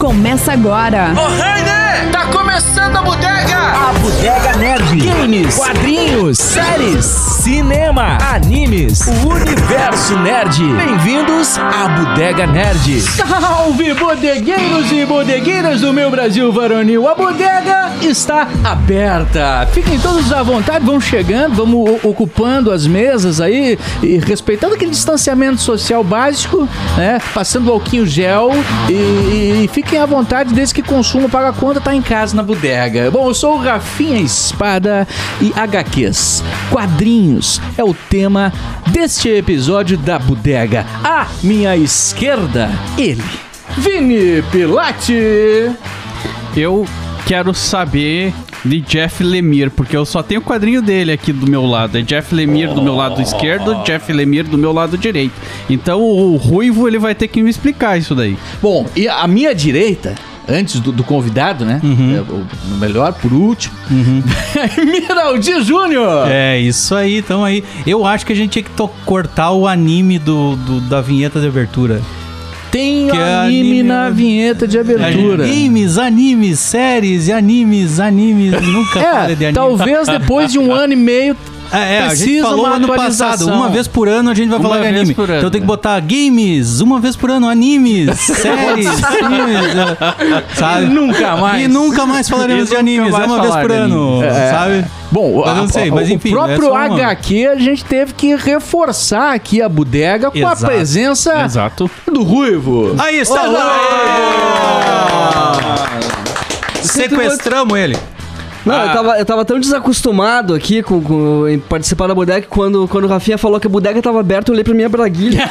começa agora. Ô, Rainer! Tá começando a bodega! A Bodega Nerd. Games, quadrinhos, séries, cinema, animes, o universo nerd. Bem-vindos à Bodega Nerd. Salve, bodegueiros e bodegueiras do meu Brasil varonil! A bodega está aberta. Fiquem todos à vontade, vão chegando, vamos o- ocupando as mesas aí e respeitando aquele distanciamento social básico, né? Passando alquinho gel e, e- e fiquem à vontade desde que consumam paga a conta, tá em casa na bodega. Bom, eu sou o Rafinha Espada e HQs. Quadrinhos é o tema deste episódio da bodega. À minha esquerda, ele. Vini Pilate! Eu quero saber de Jeff Lemire, porque eu só tenho o quadrinho dele aqui do meu lado. É Jeff Lemire do meu lado esquerdo, Jeff Lemire do meu lado direito. Então o Ruivo ele vai ter que me explicar isso daí. Bom, e à minha direita, antes do, do convidado, né? Uhum. É, o- o melhor por último. Miraldi Júnior! É, isso aí, então aí. Eu acho que a gente tinha que to- cortar o anime do, do- da vinheta de abertura. Tem Que é anime, anime, na né? vinheta de abertura. A gente- Games, animes, séries e animes, animes. Nunca falei de É, anime. talvez depois de um ano e meio. É, é, a gente precisa falou uma ano passado. atualização. Uma vez por ano a gente vai Uma falar de vez anime. por ano, então tem que né? botar games, uma vez por ano, animes, séries, filmes. sabe? E nunca mais. E nunca mais falaremos E de nunca animes. É mais uma vez falar por de ano, sabe? Bom, Mas a- não sei, a- mas enfim, o é próprio só uma- HQ a gente teve que reforçar aqui a bodega com a Exato. presença Exato. do Ruivo. Aí está! Sequestramos ele. Não, eu, tava, eu tava tão desacostumado aqui com, com- em participar da bodega que quando, quando o Rafinha falou que a bodega tava aberta, eu olhei pra minha braguilha.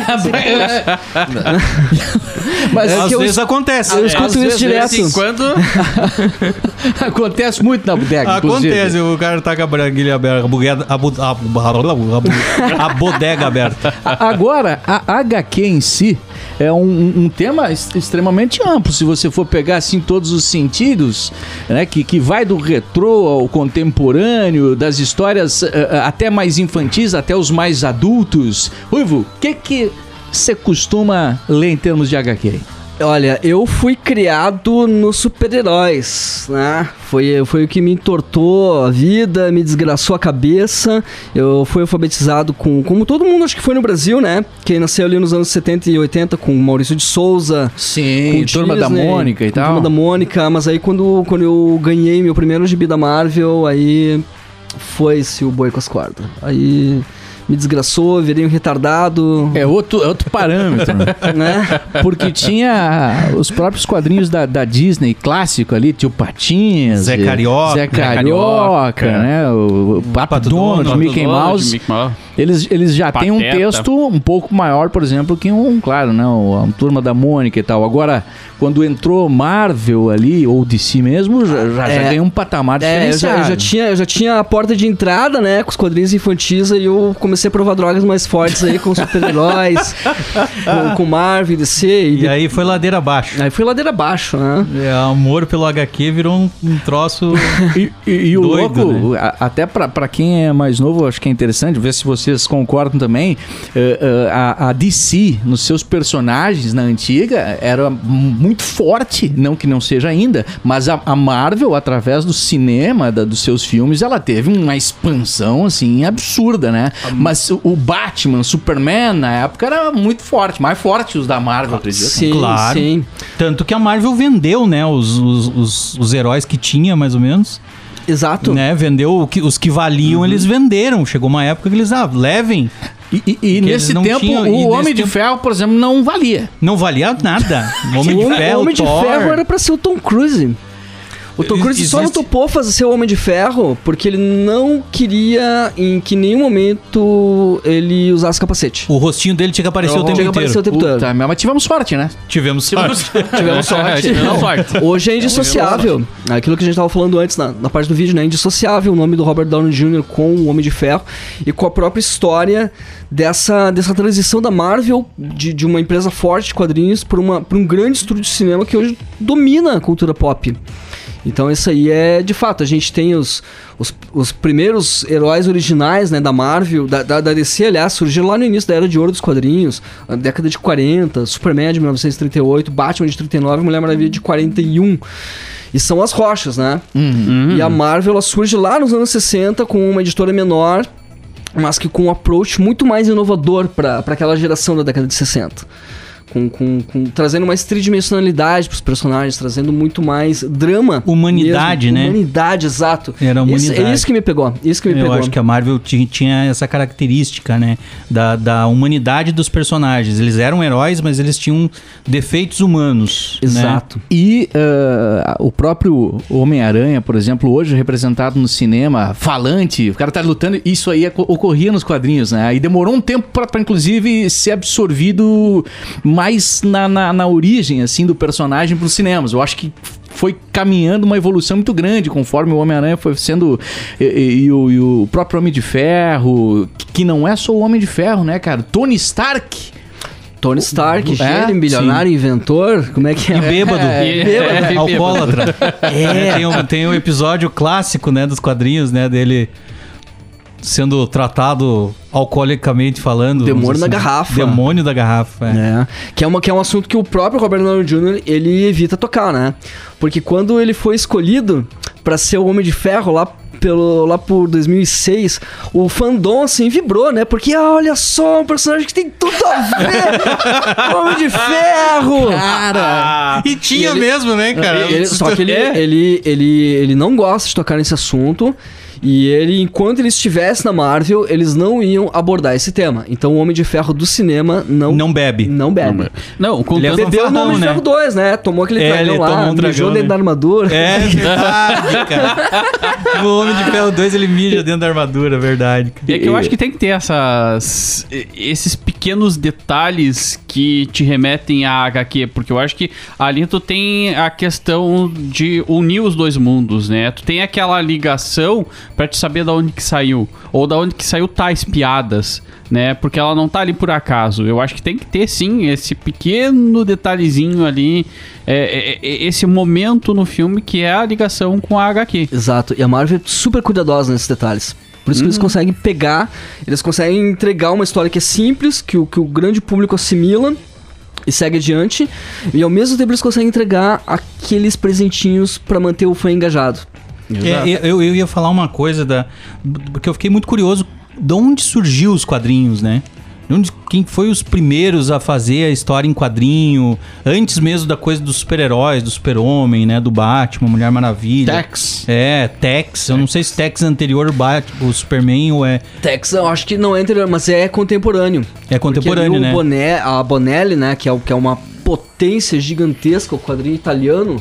Mas é Às que eu vezes assim, acontece. É. Eu escuto isso direto. Quando Acontece muito na bodega, inclusive. Acontece, o cara tá com a braguilha aberta, a, bugueda- a, bu- a, bu- a bu- a bu- a bodega aberta. A- Agora, a HQ em si é um- um, um tema es- extremamente amplo, se você for pegar assim todos os sentidos, né, que, que vai do retrô ao contemporâneo, das histórias eh, eh, até mais infantis, até os mais adultos. Ruivo, o que que você costuma ler em termos de HQ? Olha, eu fui criado nos super-heróis, né? Foi, foi o que me entortou a vida, me desgraçou a cabeça. Eu fui alfabetizado com, como todo mundo acho que foi no Brasil, né? Quem nasceu ali nos anos 70 e 80 com Maurício de Souza, Sim, com Turma da Disney, Mônica e com Turma tal. da Mônica, mas aí quando, quando eu ganhei meu primeiro gibi da Marvel, aí foi-se o boi com as cordas. Aí me desgraçou, virei um retardado, É outro, é outro parâmetro. né? Porque tinha os próprios quadrinhos da, da Disney clássico ali, tio Patinhas. Zé e- Carioca. Zé Zé Carioca, Carioca. né? O, o Pato, Pato Donald, Donald, Uhum. Mickey Mouse. Eles, eles já têm um Pateta. texto um pouco maior, por exemplo, que um, claro, né? o- A turma da Mônica e tal. Agora, quando entrou Marvel ali, ou de si mesmo, já, já, já É. ganhou um patamar É, eu diferenciado. já, eu já tinha, eu já tinha a porta de entrada, né, com os quadrinhos infantis, aí eu comecei a provar drogas mais fortes aí, com super-heróis, com, com Marvel, DC, e, E aí foi ladeira abaixo. aí foi ladeira abaixo, né? É, amor pelo HQ virou um, um troço. E, e- e o Doido, né? louco, a- até pra pra quem é mais novo, eu acho que é interessante ver se vocês concordam também. eh, eh, a, a DC, nos seus personagens na antiga, era m- muito forte, não que não seja ainda, mas a, a Marvel, através do cinema, da- dos seus filmes, ela teve uma expansão assim absurda, né? Mas o- o Batman, Superman, na época, era muito forte, mais forte os da Ah, Marvel, acredito. Sim, Claro. sim. Tanto que a Marvel vendeu, né? Os, os, os, os heróis que tinha, mais ou menos. Exato. Né, vendeu o que- os que valiam, Uhum. eles venderam. Chegou uma época que eles, ah, levem. E, e- e eles nesse não tempo, tinham- e o nesse Homem de tempo- Ferro, por exemplo, não valia. Não valia nada. Homem O de Homem- Ferro, o Homem de Thor. Ferro era pra ser o Tom Cruise. O Tom Ex- Cruise só não existe- topou fazer ser o Homem de Ferro porque ele não queria em que nenhum momento ele usasse capacete. O rostinho dele tinha que aparecer o tempo Tinha que inteiro. aparecer o tempo todo. Puta, merda, mas tivemos sorte, né? Tivemos sorte. Tivemos sorte. Tivemos sorte. Hoje é um indissociável. Aquilo que a gente tava falando antes na, na parte do vídeo, né? Indissociável o nome do Robert Downey Jr. com o Homem de Ferro e com a própria história dessa, dessa transição da Marvel, de, de uma empresa forte de quadrinhos, para um grande estúdio de cinema que hoje domina a cultura pop. Então isso aí é de fato, a gente tem os, os, os primeiros heróis originais né, da Marvel, da, da, da DC, aliás, surgiram lá no início da Era de Ouro dos quadrinhos, na década de 40, Superman de 1938, Batman de 39, Mulher Maravilha de 41. E são as rochas, né? E Hum. a Marvel ela surge lá nos anos 60 com uma editora menor, mas que com um approach muito mais inovador para aquela geração da década de 60. Com, com- com- trazendo mais tridimensionalidade para os personagens, trazendo muito mais drama. Humanidade, né? Humanidade, exato. Era Esse- é humanidade. isso que me pegou. Isso que me Eu pegou. acho que é, a Marvel ti- tinha essa característica, né? Da, da humanidade dos personagens. Eles eram heróis, mas eles tinham defeitos humanos. né? Exato. E ah, o próprio Homem-Aranha, por exemplo, hoje representado no cinema, falante, o cara tá lutando, isso aí aco- ocorria nos quadrinhos, né? Aí demorou um tempo pra, pra, inclusive, ser absorvido mais na, na, na origem, assim, do personagem pros cinemas. Eu acho que foi caminhando uma evolução muito grande conforme o Homem-Aranha foi sendo e, e- e o, e o próprio Homem de Ferro, que- que não é só o Homem de Ferro, né, cara? Tony Stark Tony Stark, É? gênio, bilionário, inventor, como é que é? Bêbado. bêbado. É, Alcoólatra. É, tem, um, tem um episódio clássico, né, dos quadrinhos, né, dele sendo tratado alcoolicamente falando. Demônio vamos dizer assim, na garrafa. Demônio da garrafa, é. É, que é, uma, que é um assunto que o próprio Robert Downey Jr. ele evita tocar, né? Porque quando ele foi escolhido pra ser o Homem de Ferro lá pelo lá por 2006, o fandom assim vibrou, né? Porque ah, olha só, um personagem que tem tudo a ver, com o Homem de Ferro. Cara! E tinha mesmo, né, cara? E Ah, ele- só que ele, É. é, ele, ele, ele não gosta de tocar nesse assunto. E ele, enquanto ele estivesse na Marvel, eles não iam abordar esse tema. Então o Homem de Ferro do cinema não, Não bebe. não bebe. Não, Ele é contando, Bebeu no Fadão, Homem de né? Ferro 2, né? Tomou aquele É, dragão ele lá, tomou um dragão, mijou né? dentro da armadura. É verdade, cara. No Homem de Ferro 2 ele mija dentro da armadura, é verdade. cara. É que eu acho que tem que ter essas, esses pequenos detalhes que te remetem à HQ, porque eu acho que ali tu tem a questão de unir os dois mundos, né? Tu tem aquela ligação pra te saber da onde que saiu, ou da onde que saiu tais piadas, né? Porque ela não tá ali por acaso. Eu acho que tem que ter sim esse pequeno detalhezinho ali, é, é, é, esse momento no filme que é a ligação com a HQ. Exato. E a Marvel é super cuidadosa nesses detalhes. Por isso que Uhum. eles conseguem pegar, eles conseguem entregar uma história que é simples, que o, que o grande público assimila e segue adiante. E ao mesmo tempo eles conseguem entregar aqueles presentinhos pra manter o fã engajado. É, eu, eu ia falar uma coisa da. Porque eu fiquei muito curioso de onde surgiu os quadrinhos, né? De onde- quem foi os primeiros a fazer a história em quadrinho, antes mesmo da coisa dos super-heróis, do super-homem, né? Do Batman, Mulher Maravilha. Tex. É, Tex. Eu não sei se Tex é anterior ao Batman, o Superman ou é, Tex, eu acho que não é anterior, mas é contemporâneo. é Porque contemporâneo, ali né? O Boné, a Bonelli, né, que é, o- que é uma potência gigantesca, o quadrinho italiano,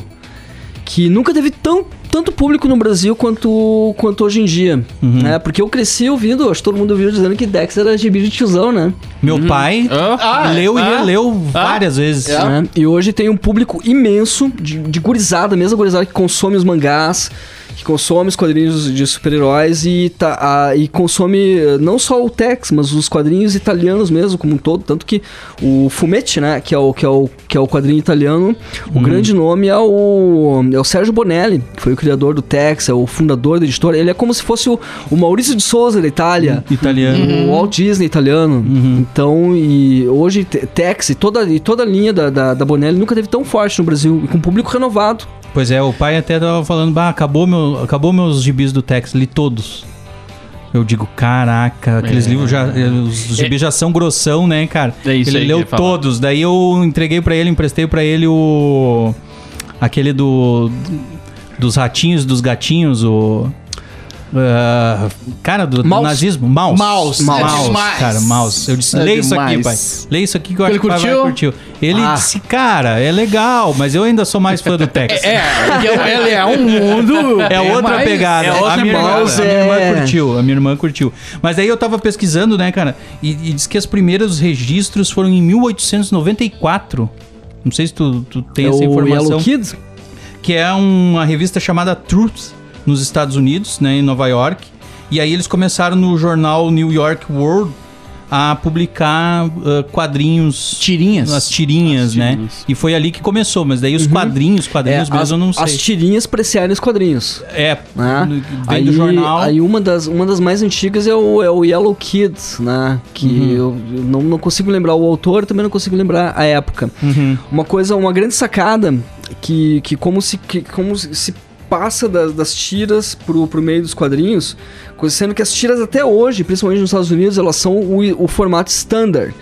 que nunca teve tão, tanto público no Brasil quanto, quanto hoje em dia. Uhum. Né? Porque eu cresci ouvindo, acho que todo mundo viu dizendo que Dex era gibi de tiozão, né? Meu pai Ah, leu e ah, releu várias vezes. Né? E hoje tem um público imenso de, de gurizada, mesmo gurizada que consome os mangás, que consome os quadrinhos de super-heróis e, tá, ah, e consome eh, não só o Tex, mas os quadrinhos italianos mesmo, como um todo. Tanto que o Fumetti, né, que é o, que é o, que é o quadrinho italiano, o grande nome é o, é o Sérgio Bonelli, que foi o criador do Tex, é o fundador da editora. Ele é como se fosse o, o Maurício de Souza da Itália. Italiano. O É Walt Disney italiano. Uhum. Então, e hoje, Te- Tex e toda, e toda a linha da, da, da Bonelli nunca teve tão forte no Brasil, e com público renovado. Pois é, o pai até tava falando, bah, acabou, meu, acabou meus gibis do Tex, li todos. Eu digo, caraca, aqueles livros já. eh, Os gibis já são grossão, né, cara? É isso ele aí que eu leu ia falar. todos. Daí eu entreguei pra ele, emprestei pra ele o. Aquele do. Dos ratinhos, dos gatinhos, o. ah, cara, do, do Mouse. nazismo. Mouse. Mouse. É demais. cara, mouse. Eu disse, É lê isso aqui, pai. demais. Lê isso aqui que eu Ele acho que o pai vai curtiu? Ah. curtiu. Ele disse, cara, é legal, mas eu ainda sou mais fã do Tex. É, porque ela é um mundo. É outra mais- pegada. é outra a, minha irmã, a pegada. minha É. irmã curtiu, a minha irmã curtiu. Mas daí eu tava pesquisando, né, cara, e, e diz que os primeiros registros foram em 1894. Não sei se tu, tu tem É essa o Yellow informação. Kids. Que é uma revista chamada Truth, nos Estados Unidos, né, em Nova York. E aí eles começaram no jornal New York World a publicar ah, quadrinhos. Tirinhas. As tirinhas, As né? tirinhas. E foi ali que começou, mas daí os quadrinhos, É, quadrinhos mesmo, as, eu não as sei. tirinhas preciarem os quadrinhos. É, né? no- vem aí, do jornal. Aí uma das, uma das mais antigas é o, é o Yellow Kids, né? Que Uhum. eu, eu não, não consigo lembrar o autor, também não consigo lembrar a época. Uhum. Uma coisa, uma grande sacada que, que como se que, como se- se passa das, das tiras pro, pro meio dos quadrinhos, coisa- sendo que as tiras até hoje, principalmente nos Estados Unidos, elas são o, o formato standard.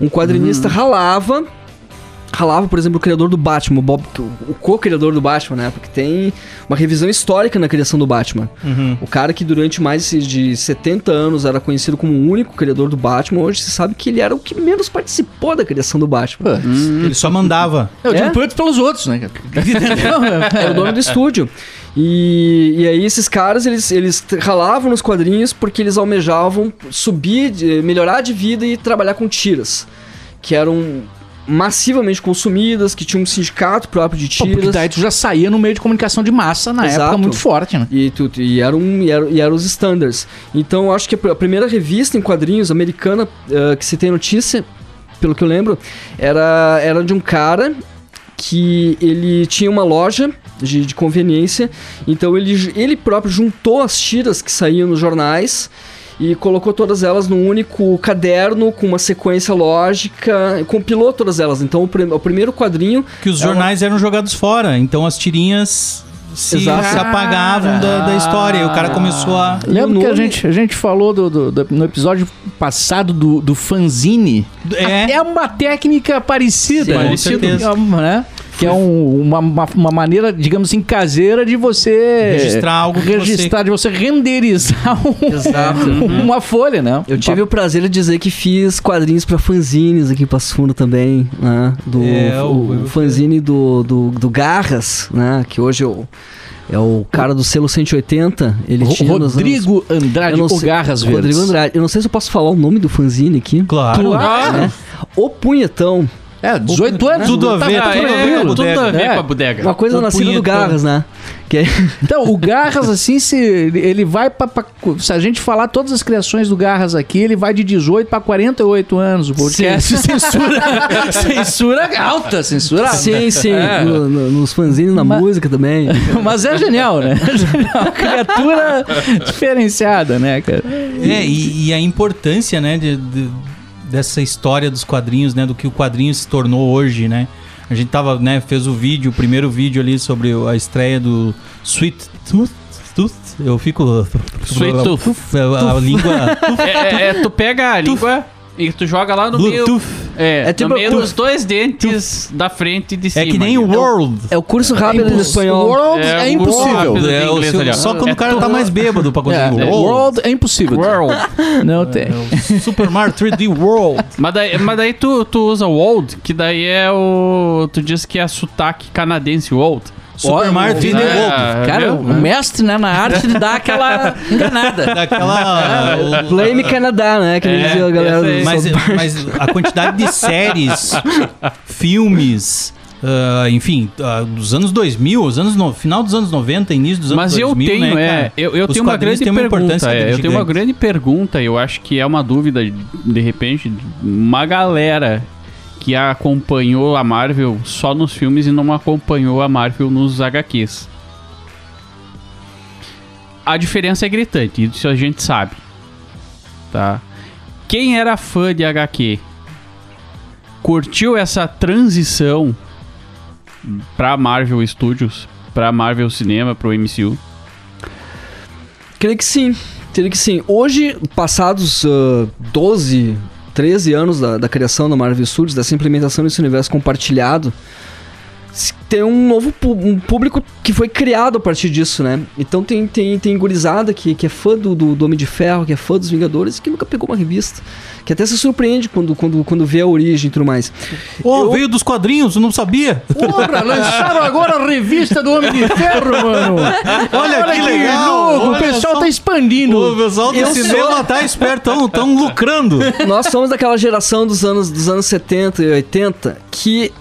Um quadrinista Uhum. ralava ralava, por exemplo, o criador do Batman, o, Bob, o co-criador do Batman, né? Porque tem uma revisão histórica na criação do Batman. Uhum. O cara que durante mais de 70 anos era conhecido como o único criador do Batman, hoje se sabe que ele era o que menos participou da criação do Batman. Ele só mandava. Eu digo É? tanto pelos outros, né? cara? Era o dono do estúdio. E, e aí esses caras, eles, eles ralavam nos quadrinhos porque eles almejavam subir, de- melhorar de vida e trabalhar com tiras. Que eram massivamente consumidas, que tinha um sindicato próprio de Pô, porque tiras. daí tu já saía no meio de comunicação de massa na Exato. época muito forte, né? E, tu, e, eram, e, eram, e eram os standards. Então eu acho que a pr- a primeira revista em quadrinhos americana eh, que se tem notícia, pelo que eu lembro, era, era de um cara que ele tinha uma loja de, de conveniência, então ele, ju- ele próprio juntou as tiras que saíam nos jornais e colocou todas elas num único caderno com uma sequência lógica, e compilou todas elas. Então o, prim- o primeiro quadrinho Que os É uma- jornais eram jogados fora, então as tirinhas se, Exato. se apagavam da, da história. E o cara começou a. Lembra o que a nome- gente, a gente falou do, do- do- no episódio passado do, do fanzine? É. É uma técnica parecida. Sim, com Parecida, certeza. é uma, né? Que é um- uma, uma, uma maneira, digamos assim, caseira de você... Registrar algo que registrar, de você renderizar um- Uhum. uma folha, né? Eu tive o prazer de dizer que fiz quadrinhos pra fanzines aqui em Passo Fundo também, né? Do, É, o, o- o fanzine do, do, do Garras, né? Que hoje é o, é o cara do selo 180. Ele Ro- tinha nos anos- Rodrigo Andrade, Eu não ou sei- Garras Verdes. um Rodrigo Andrade. Eu não sei se eu posso falar o nome do fanzine aqui. Claro. Claro. né? O Punhetão. É, 18 anos. Ah, Tudo a tá ver, tudo tá Ah, tudo a ver tranquilo. com é, a tudo bodega. a ver É. com a bodega. Uma coisa O nascida do Punhetão. Garras, né? Que é- Então, o Garras, assim, se ele vai pra, pra- Se a gente falar todas as criações do Garras aqui, ele vai de 18 pra 48 anos. O podcast censura. censura alta, censura alta. sim, sim. no- no- nos fanzines, na Ah, né? Mas- música também. Mas é genial, né? É uma criatura diferenciada, né, cara? É, e, e a importância, né, de- de- dessa história dos quadrinhos, né, do que o quadrinho se tornou hoje, né? A gente tava, né, fez o vídeo, o primeiro vídeo ali sobre o- a estreia do Sweet Tooth. Tooth eu fico. Sweet Tooth. A, a língua. É, é, é, tu pega a língua e tu joga lá no meio. Bluetooth. É, É tipo no meio Tooth. dos dois dentes da frente e de cima. É que nem o ali. World. É o curso rápido de espanhol. World é, É, impossível. World. É, o Inglês seu- ali, ó. só quando É o cara tá mais bêbado pra É, conseguir. World. World é impossível. World. Não tem. É o Super Mario 3D World. Mas daí, mas daí tu, tu usa o old, que daí é o. Tu diz que é sotaque canadense old. Super Olha, né? Mario 3D é, World. Cara, viu? o mestre, né, na arte, ele dá aquela enganada. Daquela. Blame Canadá, né? Que É, nem dizia a galera essa aí. do Mas, mas a quantidade de séries, filmes, ah, enfim, ah, dos anos 2000, os anos no, final dos anos 90, início dos anos Mas 2000, eu tenho, né, é, cara? eu, eu Os tenho uma quadrinhos grande têm uma pergunta. importância é, eu tenho uma gigante. grande pergunta, eu acho que é uma dúvida, de repente, de uma galera que acompanhou a Marvel só nos filmes e não acompanhou a Marvel nos HQs. A diferença é gritante, isso a gente sabe. Tá? Quem era fã de HQ curtiu essa transição pra Marvel Studios, pra Marvel Cinema, pro MCU? Creio que sim. Creio que sim. Hoje, passados ah, 12, 13 anos da, da criação da Marvel Studios, dessa implementação desse universo compartilhado, se- tem um novo pú- um público que foi criado a partir disso, né? Então tem, tem, tem gurizada que, que é fã do, do, do Homem de Ferro, que é fã dos Vingadores, que nunca pegou uma revista. Que até se surpreende quando, quando, quando vê a origem e tudo mais. Oh, veio dos quadrinhos, eu não sabia. Porra, lançaram agora a revista do Homem de Ferro, mano. Olha que legal, louco, o olha pessoal só. tá O expandindo. pessoal do Eu cinema tá esperto, tão, tão lucrando. Nós somos daquela geração dos anos, dos anos 70 e 80 que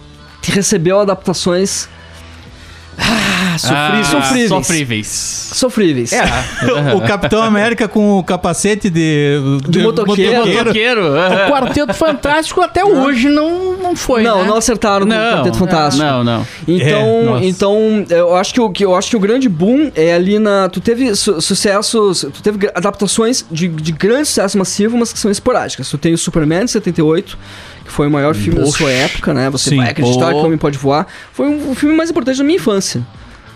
recebeu adaptações Ah, sofríveis. Ah, sofríveis. Sofríveis. Sofríveis. O Capitão América com o capacete de, De motoqueiro. Toqueiro. O Quarteto Fantástico até hoje não, não foi, Não, né? não acertaram com o Quarteto Fantástico. Não, não. É, Então, nossa. então eu, acho que o, que eu acho que o grande boom é ali na. Tu teve su sucessos, tu teve gra- adaptações de, de grande sucesso massivo, mas que são esporádicas. Tu tem o Superman de 78, que foi o maior filme da sua época, né? Você Sim. vai acreditar que o Homem Pode Voar. Foi um, o filme mais importante da minha infância.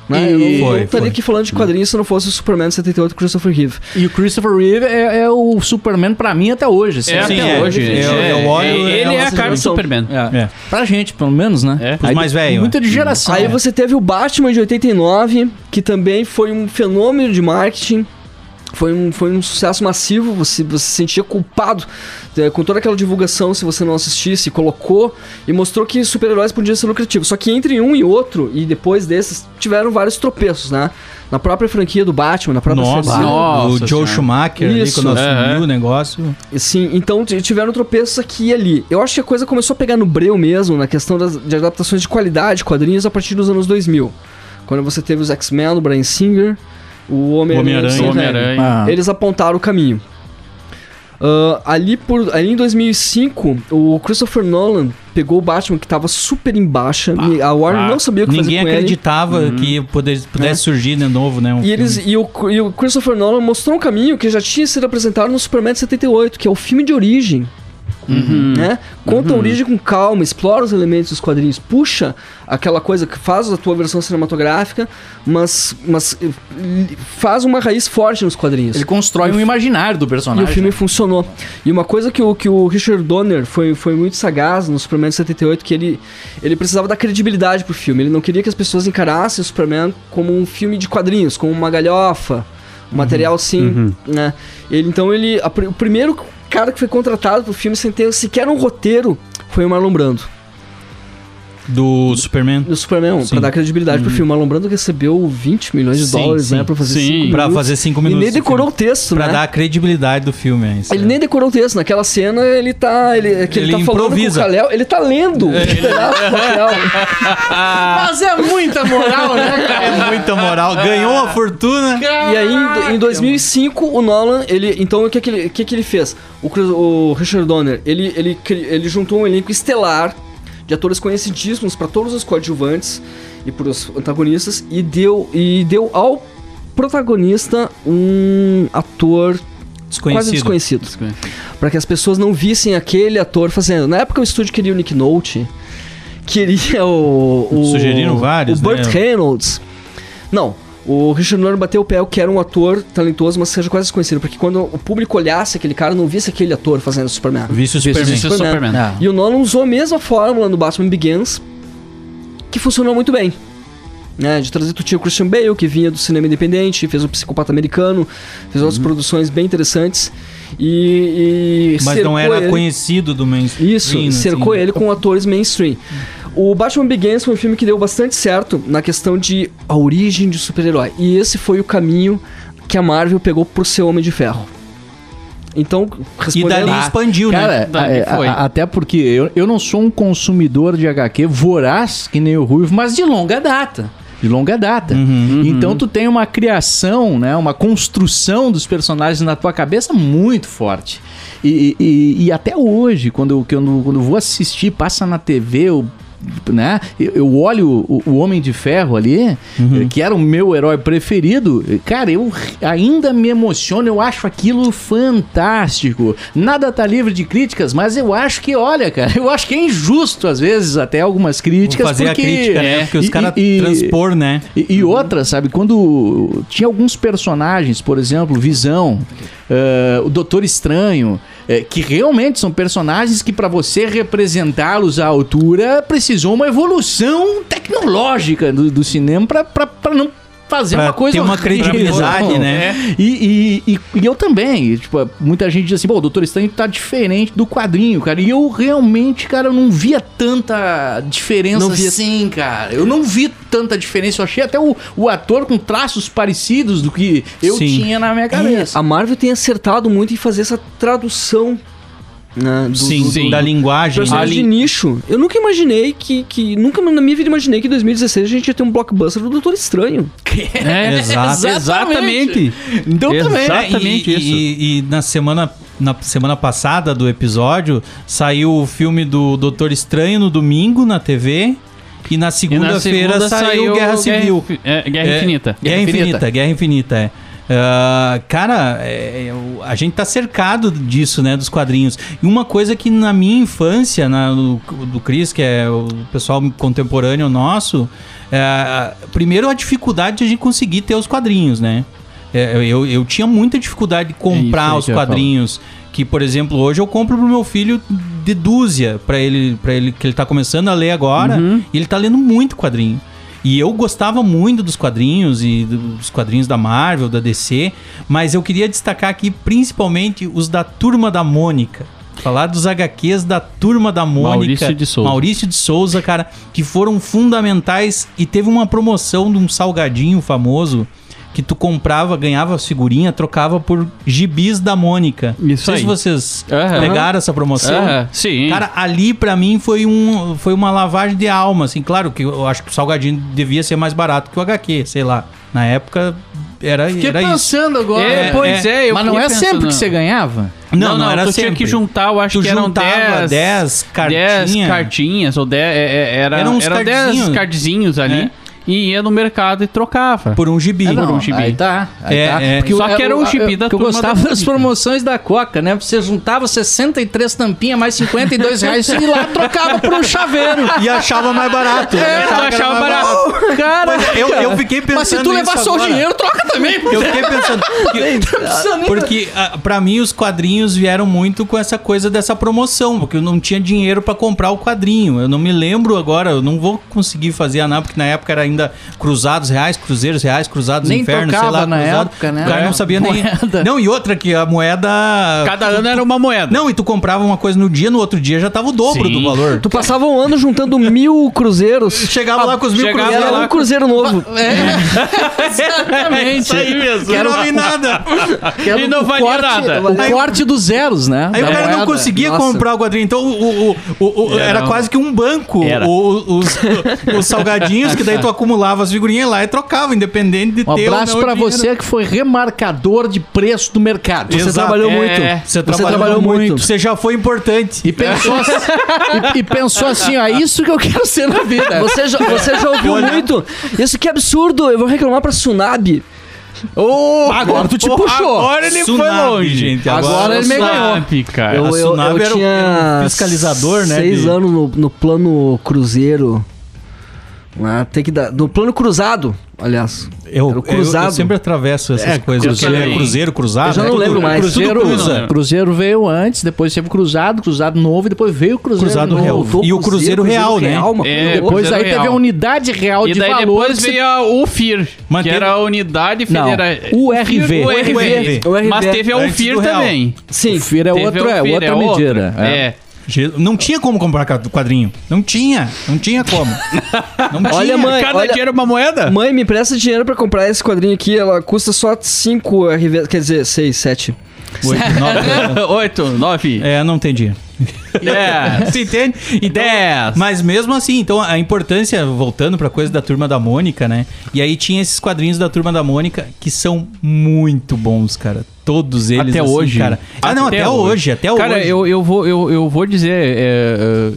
Né? eu não, Foi, eu não estaria foi. aqui falando de quadrinhos se não fosse o Superman de 78 com Christopher Reeve. E o Christopher Reeve é, é o Superman pra mim até hoje. assim. É Sim, até é. hoje. Eu- é, eu é, olho, é ele é, uma a cara do solução. Superman. É. É. Pra gente, pelo menos, né? É. Pros mais velhos. Muita de geração. Aí É. você teve o Batman de 89, que também foi um fenômeno de marketing. Foi um, foi um sucesso massivo, você, você se sentia culpado eh, com toda aquela divulgação se você não assistisse, colocou e mostrou que super-heróis podiam ser lucrativos. Só que entre um e outro, e depois desses, tiveram vários tropeços, né? Na própria franquia do Batman, na própria Nossa, série. Nossa o Joe senhora. Schumacher ali, Isso, quando assumiu é. o negócio. E Sim, então t- tiveram tropeços aqui e ali. Eu acho que a coisa começou a pegar no breu mesmo, na questão das, de adaptações de qualidade, quadrinhos, a partir dos anos 2000. Quando você teve os X-Men, o Brian Singer, o Homem-Aranha. Homem-Aranha. o Sam Raimi. Homem-Aranha. Ah. Eles apontaram o caminho. Ah, ali, por, ali em 2005, o Christopher Nolan pegou o Batman, que tava super em baixa. e a Warner Ah, não sabia o que Ninguém fazer com ele. Uhum. acreditava que poder- pudesse surgir de novo, né? um E, eles, e, o, e o Christopher Nolan mostrou um caminho que já tinha sido apresentado no Superman de 78, que é o filme de origem. Né? Conta a origem com calma, explora os elementos dos quadrinhos, puxa aquela coisa que faz a tua versão cinematográfica, mas, mas eh, li- faz uma raiz forte nos quadrinhos. Ele constrói um imaginário do E personagem. o filme funcionou. E uma coisa que o, que o Richard Donner foi, foi muito sagaz no Superman de 78, que ele, ele precisava dar credibilidade pro filme. Ele não queria que as pessoas encarassem o Superman como um filme de quadrinhos, como uma galhofa, um Uhum. material sim, né? Ele, então ele... a pri- o primeiro cara que foi contratado pro filme sem ter sequer um roteiro foi o Marlon Brando. Do Superman. No Superman 1, Sim. Uhum. pra dar credibilidade pro filme. O Marlon Brando recebeu 20 milhões de Sim, dólares, sim. né? Pra fazer Sim. 5 Pra minutos. fazer cinco E minutos. nem de decorou o filme. texto, Pra né? dar a credibilidade do filme. é isso. Ele nem decorou o texto. Naquela cena, ele tá. Ele, é que ele, Ele tá falando improvisa. É, com o Kalel, ele tá lendo. um pedaço do Kal-El. Mas é muita moral, né, cara? É muita moral. Ganhou a fortuna. e aí, em- em 2005, o Nolan, ele. Então, o que que ele, o que que ele fez? O, Chris- o Richard Donner, ele, ele, cri- ele juntou um elenco estelar de atores conhecidíssimos pra todos os coadjuvantes e pros antagonistas e deu, e deu ao protagonista um ator quase Desconhecido. desconhecido. Pra que as pessoas não vissem aquele ator fazendo. Na época o estúdio queria o Nick Nolte, queria o. o Sugeriram vários, O Burt né? Reynolds. Não. O Richard Norman bateu o pé, eu quero um ator talentoso, mas que seja quase desconhecido. Porque quando o público olhasse aquele cara, não visse aquele ator fazendo Superman. Vice o Superman. Superman. Superman. Ah. E o Nolan usou a mesma fórmula no Batman Begins, que funcionou muito bem. Né, de trazer tu tinha o Christian Bale, que vinha do cinema independente, fez o Psicopata Americano, fez Uhum. outras produções bem interessantes. E, e Mas não cercou era ele- conhecido do mainstream. Isso, assim. cercou ele com atores mainstream. O Batman Begins foi um filme que deu bastante certo na questão de a origem de super-herói. E esse foi o caminho que a Marvel pegou por ser Homem de Ferro. Então, E respondendo... dali Ah, expandiu, né? Cara, é, Dali a- a- foi. até porque eu, eu não sou um consumidor de HQ voraz, que nem o Ruivo, mas de longa data. De longa data. Então tu tem uma criação, né, uma construção dos personagens na tua cabeça muito forte. E, e- e até hoje, quando, eu- quando, quando eu vou assistir, passa na TV, eu, né, eu, eu olho o, o Homem de Ferro ali, Uhum. eh, que era o meu herói preferido, eh, cara, eu r- ainda me emociono, eu acho aquilo fantástico. Nada tá livre de críticas, mas eu acho que, olha, cara, eu acho que é injusto, às vezes, até algumas críticas. Vou fazer porque... a crítica, é. né? Porque os E- caras e- e- transpor, né? E, e outra, sabe, quando tinha alguns personagens, por exemplo, Visão, eh, o Doutor Estranho, eh, que realmente são personagens que pra você representá-los à altura precisou uma evolução tecnológica do, do cinema pra- pra pra não fazer Pra uma coisa ter uma horrível. credibilidade, né? E, e- e- e eu também. e, tipo, muita gente diz assim, pô, o Doutor Estranho tá diferente do quadrinho, cara. E eu realmente, cara, eu não via tanta diferença Não via. assim, cara. Eu não vi tanta diferença. Eu achei até o, o ator com traços parecidos do que eu Sim. tinha na minha É, cabeça. a Marvel tem acertado muito em fazer essa tradução né? Do, Sim, do- sim. do- da linguagem. Personagem de né? nicho. Eu nunca imaginei que, que. Nunca na minha vida imaginei que em 2016 a gente ia ter um blockbuster do Doutor Estranho. Né? É, Exato. Exatamente. Então também. Exato. É, Exatamente e, isso. E, e na semana na semana passada do episódio saiu o filme do Doutor Estranho no domingo na TV e na E na segunda-feira segunda saiu Guerra Civil. Infi- é, Guerra É, Infinita. Guerra Infinita, Guerra Infinita, é. Ah, cara, é, eu- a gente tá cercado disso, né? Dos quadrinhos. E uma coisa que na minha infância, na, no- do Cris, que é o pessoal contemporâneo nosso, é, primeiro a dificuldade de a gente conseguir ter os quadrinhos, né? É, eu, eu tinha muita dificuldade de comprar aí os que eu ia falar. quadrinhos. Que, por exemplo, hoje eu compro pro meu filho de dúzia pra ele, pra ele que ele tá começando a ler agora. Uhum. E ele tá lendo muito quadrinho. E eu gostava muito dos quadrinhos e do- dos quadrinhos da Marvel, da DC, mas eu queria destacar aqui principalmente os da Turma da Mônica. Falar dos HQs da Turma da Mônica. Maurício de Souza. Maurício de Souza, cara, que foram fundamentais e teve uma promoção de um salgadinho famoso que tu comprava, ganhava figurinha, trocava por gibis da Mônica. Isso Não sei aí. se vocês Aham. pegaram essa promoção. Ah, sim. Cara, ali pra mim foi, um, foi uma lavagem de alma, assim, claro que eu acho que o salgadinho devia ser mais barato que o HQ, sei lá. Na época era, Fiquei era isso. pensando Tá agora. É, É, pois é. eu Mas não fiquei é sempre pensando. que você ganhava? Não, não, tu tinha que sempre. juntar, eu acho Tu que eram juntava 10, 10 cartinhas. 10 cartinhas, ou 10, é, é, era, Eram eram, uns 10 cardzinhos. cardzinhos ali, É. e ia no mercado e trocava. Por um gibi. Ah, não, um gibi. Aí tá. Aí É, tá. é. Porque Só eu- que era eu- um gibi eu- da que Eu turma da gostava das Mônica. promoções da Coca, né? Você juntava 63 tampinhas mais 52 reais e lá trocava por um chaveiro. E achava mais barato. É, Eu achava que era mais Cara, Eu, eu fiquei pensando mas se tu levar nisso só o agora. dinheiro, troca também. pô. Eu fiquei pensando. que- porque, ah, pra mim, os quadrinhos vieram muito com essa coisa dessa promoção, porque eu não tinha dinheiro pra comprar o quadrinho. Eu não me lembro agora, eu não vou conseguir fazer a nada, porque na época era ainda cruzados reais, cruzeiros reais, cruzados Nem infernos, sei tocava lá. na cruzado. época, né? O cara É. não sabia Moeda. nem. Não, e outra que a moeda. Cada ano era uma moeda. Não, e tu comprava uma coisa no dia, no outro dia já tava o dobro Sim. do valor. Tu passava um ano juntando mil cruzeiros. Chegava lá com os mil chegava E cruzeiros. é. era um lá- cruzeiro novo. Exatamente. mesmo. Que não em nada. Era E não é o valia corte, nada. O corte dos zeros, né? Aí da o cara não moeda. conseguia Nossa. comprar o quadrinho. Então o, o- o- o- era Era um- quase que um banco. Era. o- o- os, os salgadinhos, que daí tu acumulava as figurinhas lá e trocava, independente de Um ter ou abraço não pra dinheiro. você que foi remarcador de preço do mercado. Você Exato. trabalhou É, muito. Você, trabalhou, muito. Você já foi importante. E pensou, assim, e, e pensou assim, ó, é isso que eu quero ser na vida. Você já, você já ouviu muito? Isso que absurdo! Eu vou reclamar pra Tsunami. Ô, agora tu te puxou. Agora ele Tsunami, foi longe. gente, Agora ele me ganhou. Sabe, cara. a Tsunami era um- era um fiscalizador, né, Seis de- anos no, no plano cruzeiro. Lá, tem que dar. No plano cruzado, aliás. Eu, Era o eu- cruzado. eu sempre atravesso essas É, coisas. eu também. Cruzeiro, cruzado. Eu já né? não Tudo- lembro mais. né? Tudo Cruzeiro, cruza. Cruzeiro veio antes, depois teve Cruzado, Cruzado Novo, e depois veio o Cruzeiro Cruzado Novo. Real. E o Cruzeiro Real, né? uma É, coisa louca. Depois Cruzeiro aí teve a Real. Unidade Real E de daí Valores. depois que- veio a UFIR, Manteve- que era a Unidade Não, Federal... URV. URV. URV. Mas teve a Antes do UFIR Real. também. Sim. O FIR é, Teve a outro, é UFIR, outra medida. né? É. Je- Não tinha como comprar ca- quadrinho. Não tinha. Não tinha como. Não Olha, tinha. mãe, Cada olha- é dia era uma moeda? É. Mãe, me presta dinheiro pra comprar esse quadrinho aqui. Ela custa só 5 RV, quer dizer, 6, 7. É Oito, nove- 8, 9. é, não tem dinheiro. É. Você entende? Então, 10. Mas mesmo assim, então a importância, voltando pra coisa da turma da Mônica, né? E aí tinha esses quadrinhos da turma da Mônica que são muito bons, cara. Todos eles. até assim, hoje. cara. Ah, não, até, hoje. até hoje. Cara, eu, eu, vou, eu, eu vou dizer, é,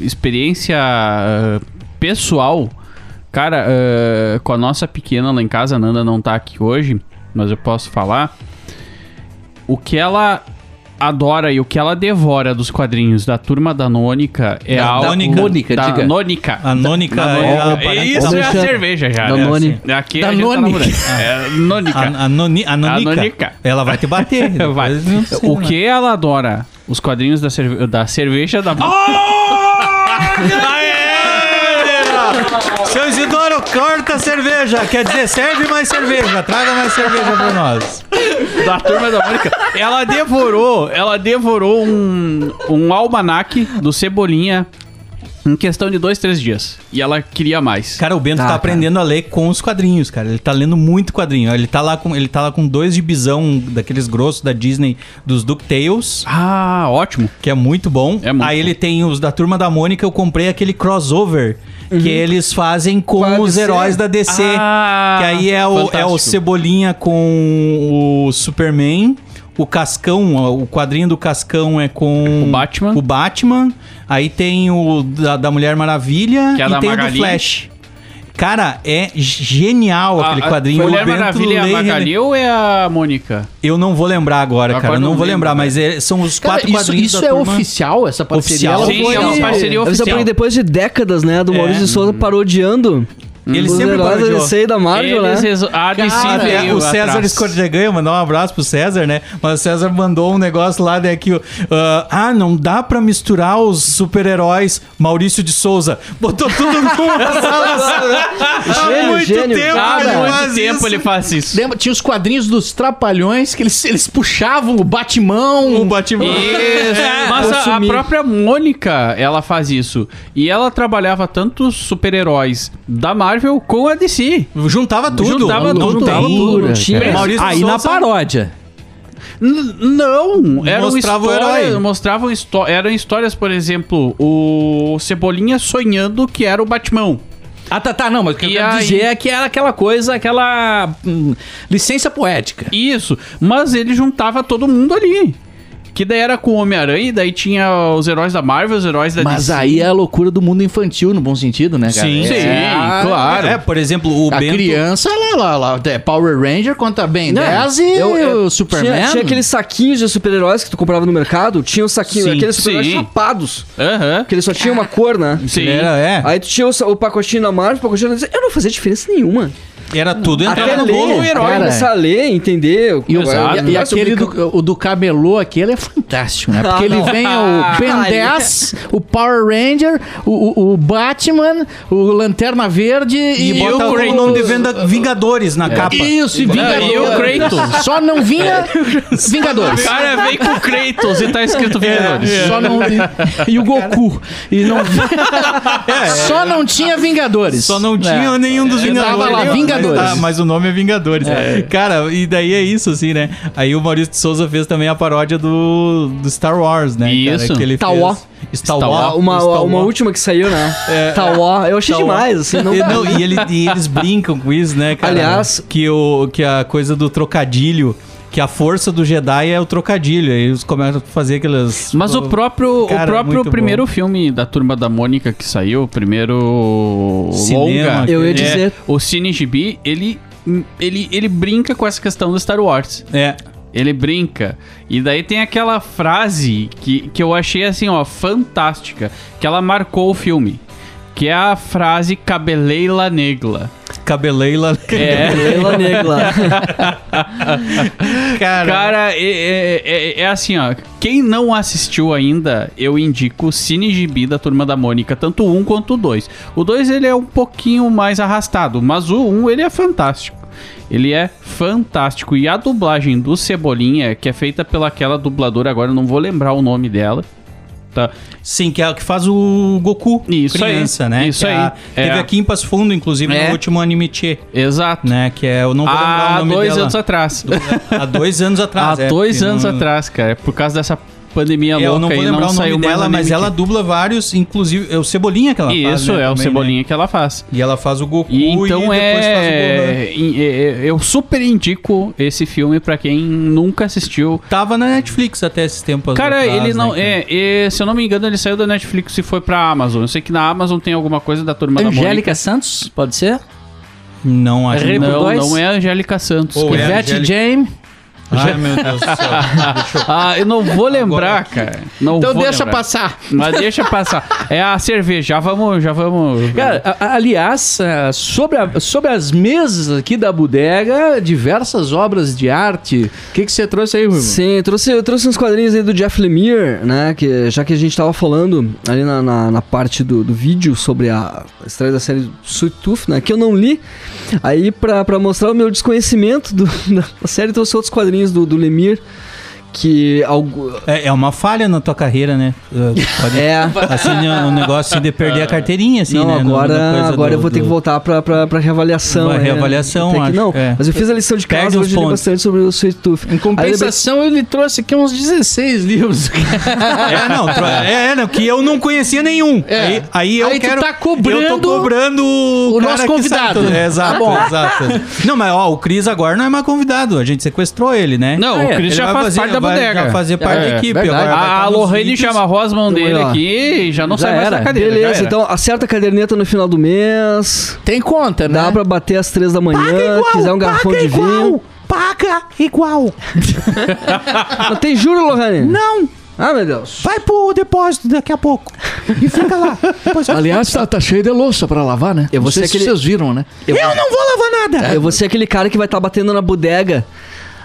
é, experiência é, pessoal. Cara, é, com a nossa pequena lá em casa, a Nanda não tá aqui hoje, mas eu posso falar. O que ela adora e o que ela devora dos quadrinhos da turma da Nônica é Da algo... Nônica. Mônica, da diga. Nônica. A Nônica é a Nônica. parente- Tá então. Isso é a Alexandre. cerveja já. Da né? Noni. Aqui Da a gente tá Noni. namorando. É, Nônica. A, a, noni, a, nonica, A nonica. Ela vai te bater. Vai. Depois não sei, O né? que ela adora? Os quadrinhos da, cerve da cerveja da Ah! Aê! Seu Isidoro, corta a cerveja. Quer dizer, serve mais cerveja. Traga mais cerveja pra nós. da turma da Mônica. Ela devorou, ela devorou um, um almanaque do Cebolinha Em questão de dois, três dias. E ela queria mais. Cara, o Bento tá, cara. aprendendo a ler com os quadrinhos, cara. Ele tá lendo muito quadrinho. Ele tá lá com, ele tá lá com dois de bisão daqueles grossos da Disney, dos DuckTales, Ah, ótimo. que é muito bom. É muito Aí bom. ele tem os da Turma da Mônica, eu comprei aquele crossover Uhum. que eles fazem com a os DC? heróis da DC. Ah, que aí é o, é o fantástico. Cebolinha com o Superman. O Cascão, ó, o quadrinho do Cascão é com O Batman. o Batman. Aí tem o da, da Mulher Maravilha Que é e da tem o do Magali. Flash. Cara, é genial aquele Ah, A- a quadrinho. Mulher O Bento Maravilha é a lê e rele- Magali ou é a Mônica? Eu não vou lembrar agora, Agora cara. Eu não não vou lembro, lembrar, cara. mas é- são os Cara, quatro isso, quadrinhos isso da é turma. oficial, essa parceria? Oficial. Ela Sim, foi- é uma parceria Ela só oficial. porque depois de décadas, né, do Maurício de Souza parodiando É. Hum. Ele os sempre heróis da parodiou. DC e da Marvel, Eles né? reso- A DC Ah, é, veio o César atrás. Escortegan, mandar um abraço pro César, né? Mas o César mandou um negócio lá, né? Que, ó, ah, não dá pra misturar os super-heróis Maurício de Souza. Botou tudo numa sala só. Há Gênio, muito gênio. tempo Há ele muito faz tempo isso. ele faz isso. Lembra, tinha os quadrinhos dos Trapalhões que eles, eles puxavam o Batimão. O Batman. Isso. é, É, Mas a, a Consumir. própria Mônica, ela faz isso. E ela trabalhava tanto os super-heróis da Marvel com a DC. Juntava tudo. Juntava não tudo. Tem, Loucura, não tinha. é. cara. Maurício Aí na Souza- paródia. N- não, eram Mostrava o histórias, herói. mostravam histó- eram histórias, por exemplo, o Cebolinha sonhando que era o Batman. Ah, tá, tá, não, mas o que eu E quero aí- dizer é que era aquela coisa, aquela hum, licença poética. Isso, mas ele juntava todo mundo ali. Que daí era com o Homem-Aranha, e daí tinha os heróis da Marvel, os heróis da Mas DC. aí é a loucura do mundo infantil, no bom sentido, né, cara? Sim. É, Sim, a- claro. É, por exemplo, o A Bento... criança, ela, ela, ela é Power Ranger contra Ben Não, 10 e eu- eu- o Superman. Tinha, tinha aqueles saquinhos de super-heróis que tu comprava no mercado, tinha os saquinhos, Sim, aqueles super-heróis sim. chapados, Aham. que eles só tinham uma cor, né? Sim. Era, é. Aí tu tinha o, sa- o pacotinho da Marvel, o pacotinho da DC, eu não fazia diferença nenhuma. Era tudo, entrava no um ler, bolo. até cara. começar a ler, entender. é, E, agora- usado, e, agora se eu aquele brincar- do, o do cabelô aqui, ele é fantástico, né? Porque Ah, ele não. vem o Ben Ah, ele- 10, o Power Ranger, o, o- o Batman, o Lanterna Verde E, e, bota o o nome de venda- Vingadores É. na capa. Isso, e Não, e o Vingadores. Kratos. Só não vinha Vingadores. O cara vem com o Kratos e tá É, escrito Vingadores. Só não e o Goku e não só não tinha Vingadores Só não tinha nenhum dos Vingadores. tava lá, Mas Vingadores. tá, Mas, o nome é Vingadores. Cara, e daí é isso, assim, né? Aí o Maurício de Souza fez também a paródia do, do Star Wars, né? Isso. Cara, que ele Star Wars. fez. Star Star Wars. Ah, uma, Star uma Wars. É. última que saiu, né? Tauá. Eu achei Star Wars. demais, assim. Não, E, não, e, ele- e eles brincam com isso, né, cara? Aliás- Que, o, que a coisa do trocadilho, que a força do Jedi é o trocadilho. Aí eles começam a fazer aquelas... Mas o próprio, Cara, o próprio muito primeiro bom. filme da Turma da Mônica que saiu, o primeiro Cinema, longa, Eu ia é, dizer. o Cine Gibi, ele, ele, ele brinca com essa questão do Star Wars. É. Ele brinca. E daí tem aquela frase que, que eu achei assim, ó, fantástica, que ela marcou o filme. Que é a frase cabeleira negra. Cabeleila. É. Ela negra. É. Cara, é, é- é- é assim, ó. Quem não assistiu ainda, eu indico o Cine Gibi da Turma da Mônica, tanto o 1 quanto o 2. O 2 ele é um pouquinho mais arrastado, mas o 1 ele é fantástico. Ele é fantástico. E a dublagem do Cebolinha, que é feita pelaquela dubladora, agora eu não vou lembrar o nome dela. Tá. Sim, que é o que faz o Goku. Isso criança, aí, né? isso Que é a- aí. Teve É. aqui em Passo Fundo, inclusive, É. no último anime Tchê, Exato. né? Que é, eu não vou lembrar Há o nome dois dela. anos atrás. Há dois anos Há atrás. é, dois porque anos não- atrás, cara. Por causa dessa pandemia É, eu não louca vou aí, lembrar não o nome saiu mais dela, mas anime ela dubla vários, inclusive. É o Cebolinha que ela faz. Isso, né, é o também, Cebolinha né? que ela faz. E ela faz o Goku E então depois faz o né? Gohan. é, e- e- Eu super indico esse filme pra quem nunca assistiu. Tava na Netflix até esses tempos. Cara, atrás, ele né, não. cara? é, é, se eu não me engano, ele saiu da Netflix e foi pra Amazon. Eu sei que na Amazon tem alguma coisa da turma da Mônica. Angélica Santos pode ser Não, acho que Rebo- não. Não, Dois? não é a Angélica Santos. Ou cara. é? Ivete Angélica. James Ai, meu Deus do céu. Ah, eu não vou lembrar, cara. Não então vou deixa lembrar. passar Mas deixa passar. É a cerveja. Já vamos, já vamos. Cara, a- a- aliás, ah, sobre, a- sobre as mesas aqui da bodega, diversas obras de arte. O que que você trouxe aí, meu irmão? Sim, eu trouxe, eu trouxe uns quadrinhos aí do Jeff Lemire, né? Que, já que a gente tava falando ali na, na, na parte do, do vídeo sobre a estreia da série Sweet Tooth, né? Que eu não li. Aí, pra, pra mostrar o meu desconhecimento do- da série, eu trouxe outros quadrinhos do, do Lemire. que algo, É, é uma falha na tua carreira, né? Uh, Pode, É. Assim, um negócio assim, de perder a carteirinha, assim, não, né? No- na agora, coisa agora do- eu vou ter do- que voltar pra, pra, pra reavaliação. Uma é, reavaliação, tem que- acho, Não, é. mas eu fiz a lição de Perde casa, uns hoje eu li pontos. bastante sobre o Sweet Tooth. Em compensação, ele trouxe aqui uns 16 livros. É, não, tro- é, é, não, que eu não conhecia nenhum. Aí, aí eu Aí tu quero. tá cobrando eu tô cobrando o, o cara nosso que convidado. sabe tudo. É, exato, exato. Não, mas ó, o Cris agora não é mais convidado. A gente sequestrou ele, né? Não, Ah, é. o Cris Ele já vai faz fazer- parte da vai- bodega. Ah, Já fazer parte É, da equipe. verdade. agora vai A, a tá nos Lorraine vídeos. chama a Rosman dele lá. aqui e já não Já sai mais era. da cadeira. já Beleza, era. então acerta a caderneta no final do mês. Tem conta, né? Dá pra bater às três da manhã, é quiser um garrafão de vinho. Paga é igual. Não tem juro, Lohane? Não, Ah, meu Deus. vai pro depósito daqui a pouco. E fica lá. Depois eu... Aliás, tá, tá cheio de louça pra lavar, né? Eu vou Não sei ser se aquele- vocês viram, né? eu não vou lavar nada. É, Eu vou ser aquele cara que vai estar batendo na bodega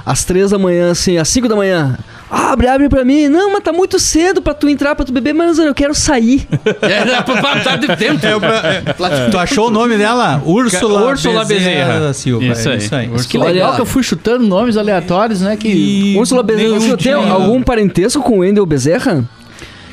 às três da manhã, assim, às cinco da manhã. Abre, abre pra mim. Não, mas tá muito cedo pra tu entrar, pra tu beber, mas eu quero sair. Era pra botar de dentro. É, Tu achou o nome dela? Úrsula, Úrsula Bezerra. Silva. É Isso aí. Isso aí. Úrsula Que legal que eu fui chutando nomes aleatórios, né? Que, E Úrsula Bezerra, nenhum você tem tinha- algum parentesco com o Wendel Bezerra?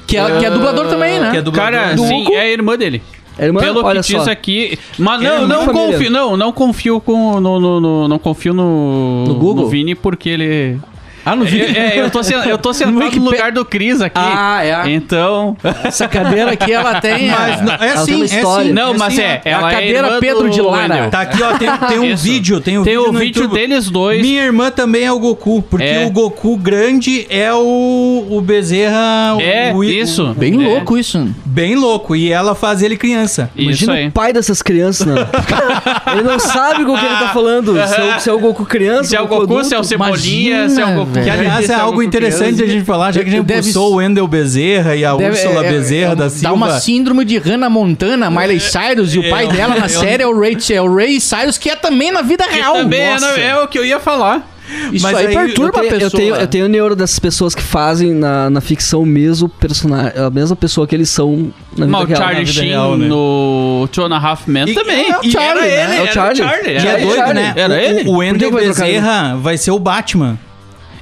que, é, que é dublador também, né? que é do Cara, do- sim, é a irmã dele. É irmã? Pelo Olha que diz só. aqui. Mas É não, irmã não familiar. confio, não, não confio com. No, no- no- não confio no, No Google? Vini porque ele. Ah, no vídeo. É, é, eu tô, sen- eu tô No sentado Wikipedia. no lugar do Cris aqui. Ah, é. Então. Essa cadeira aqui, ela tem... Mas não- é Ela tem sim, uma é história. sim. Não, mas sim, é. ó. Ela a é cadeira irmã Pedro do de Lara. Wendel. Tá aqui, ó, tem, tem um Isso. vídeo, tem um Tem vídeo o no vídeo YouTube. deles dois. Minha irmã também é o Goku, porque É. o Goku grande é o, o Bezerra. o- É, o- isso. Bem É. louco isso. Bem louco, e ela faz ele criança. Isso Imagina aí. o pai dessas crianças, né? ele não sabe com o que ele tá falando. Se é, o- se é o Goku criança, Se é o Goku, adulto. se é o Cebolinha, imagina, se é o Goku. velho. Que, aliás, é algo interessante a gente falar, já que a gente Deve- pulsou o Wendel Bezerra e a Deve- Úrsula é- é- Bezerra é- da Dá Silva. uma síndrome de Hannah Montana, Miley Cyrus, e o pai eu- dela na série é o, Ray, é o Ray Cyrus, que é também na vida real. Também é, Nossa. é o que eu ia falar. Isso Mas aí, aí eu perturba Eu tenho- a pessoa. Eu tenho, eu tenho neuro dessas pessoas que fazem na, na ficção o mesmo personagem, a mesma pessoa que eles são na vida Mas o real. Charlie vida Sheen real, né? no Two and a Half Men E- também. é o E Charlie, era né? ele, É o era Charlie. Charlie. E era é ele. doido, Charlie. né? Era O- ele? O Por que Wendel que vai trocar ele? Bezerra vai ser o Batman.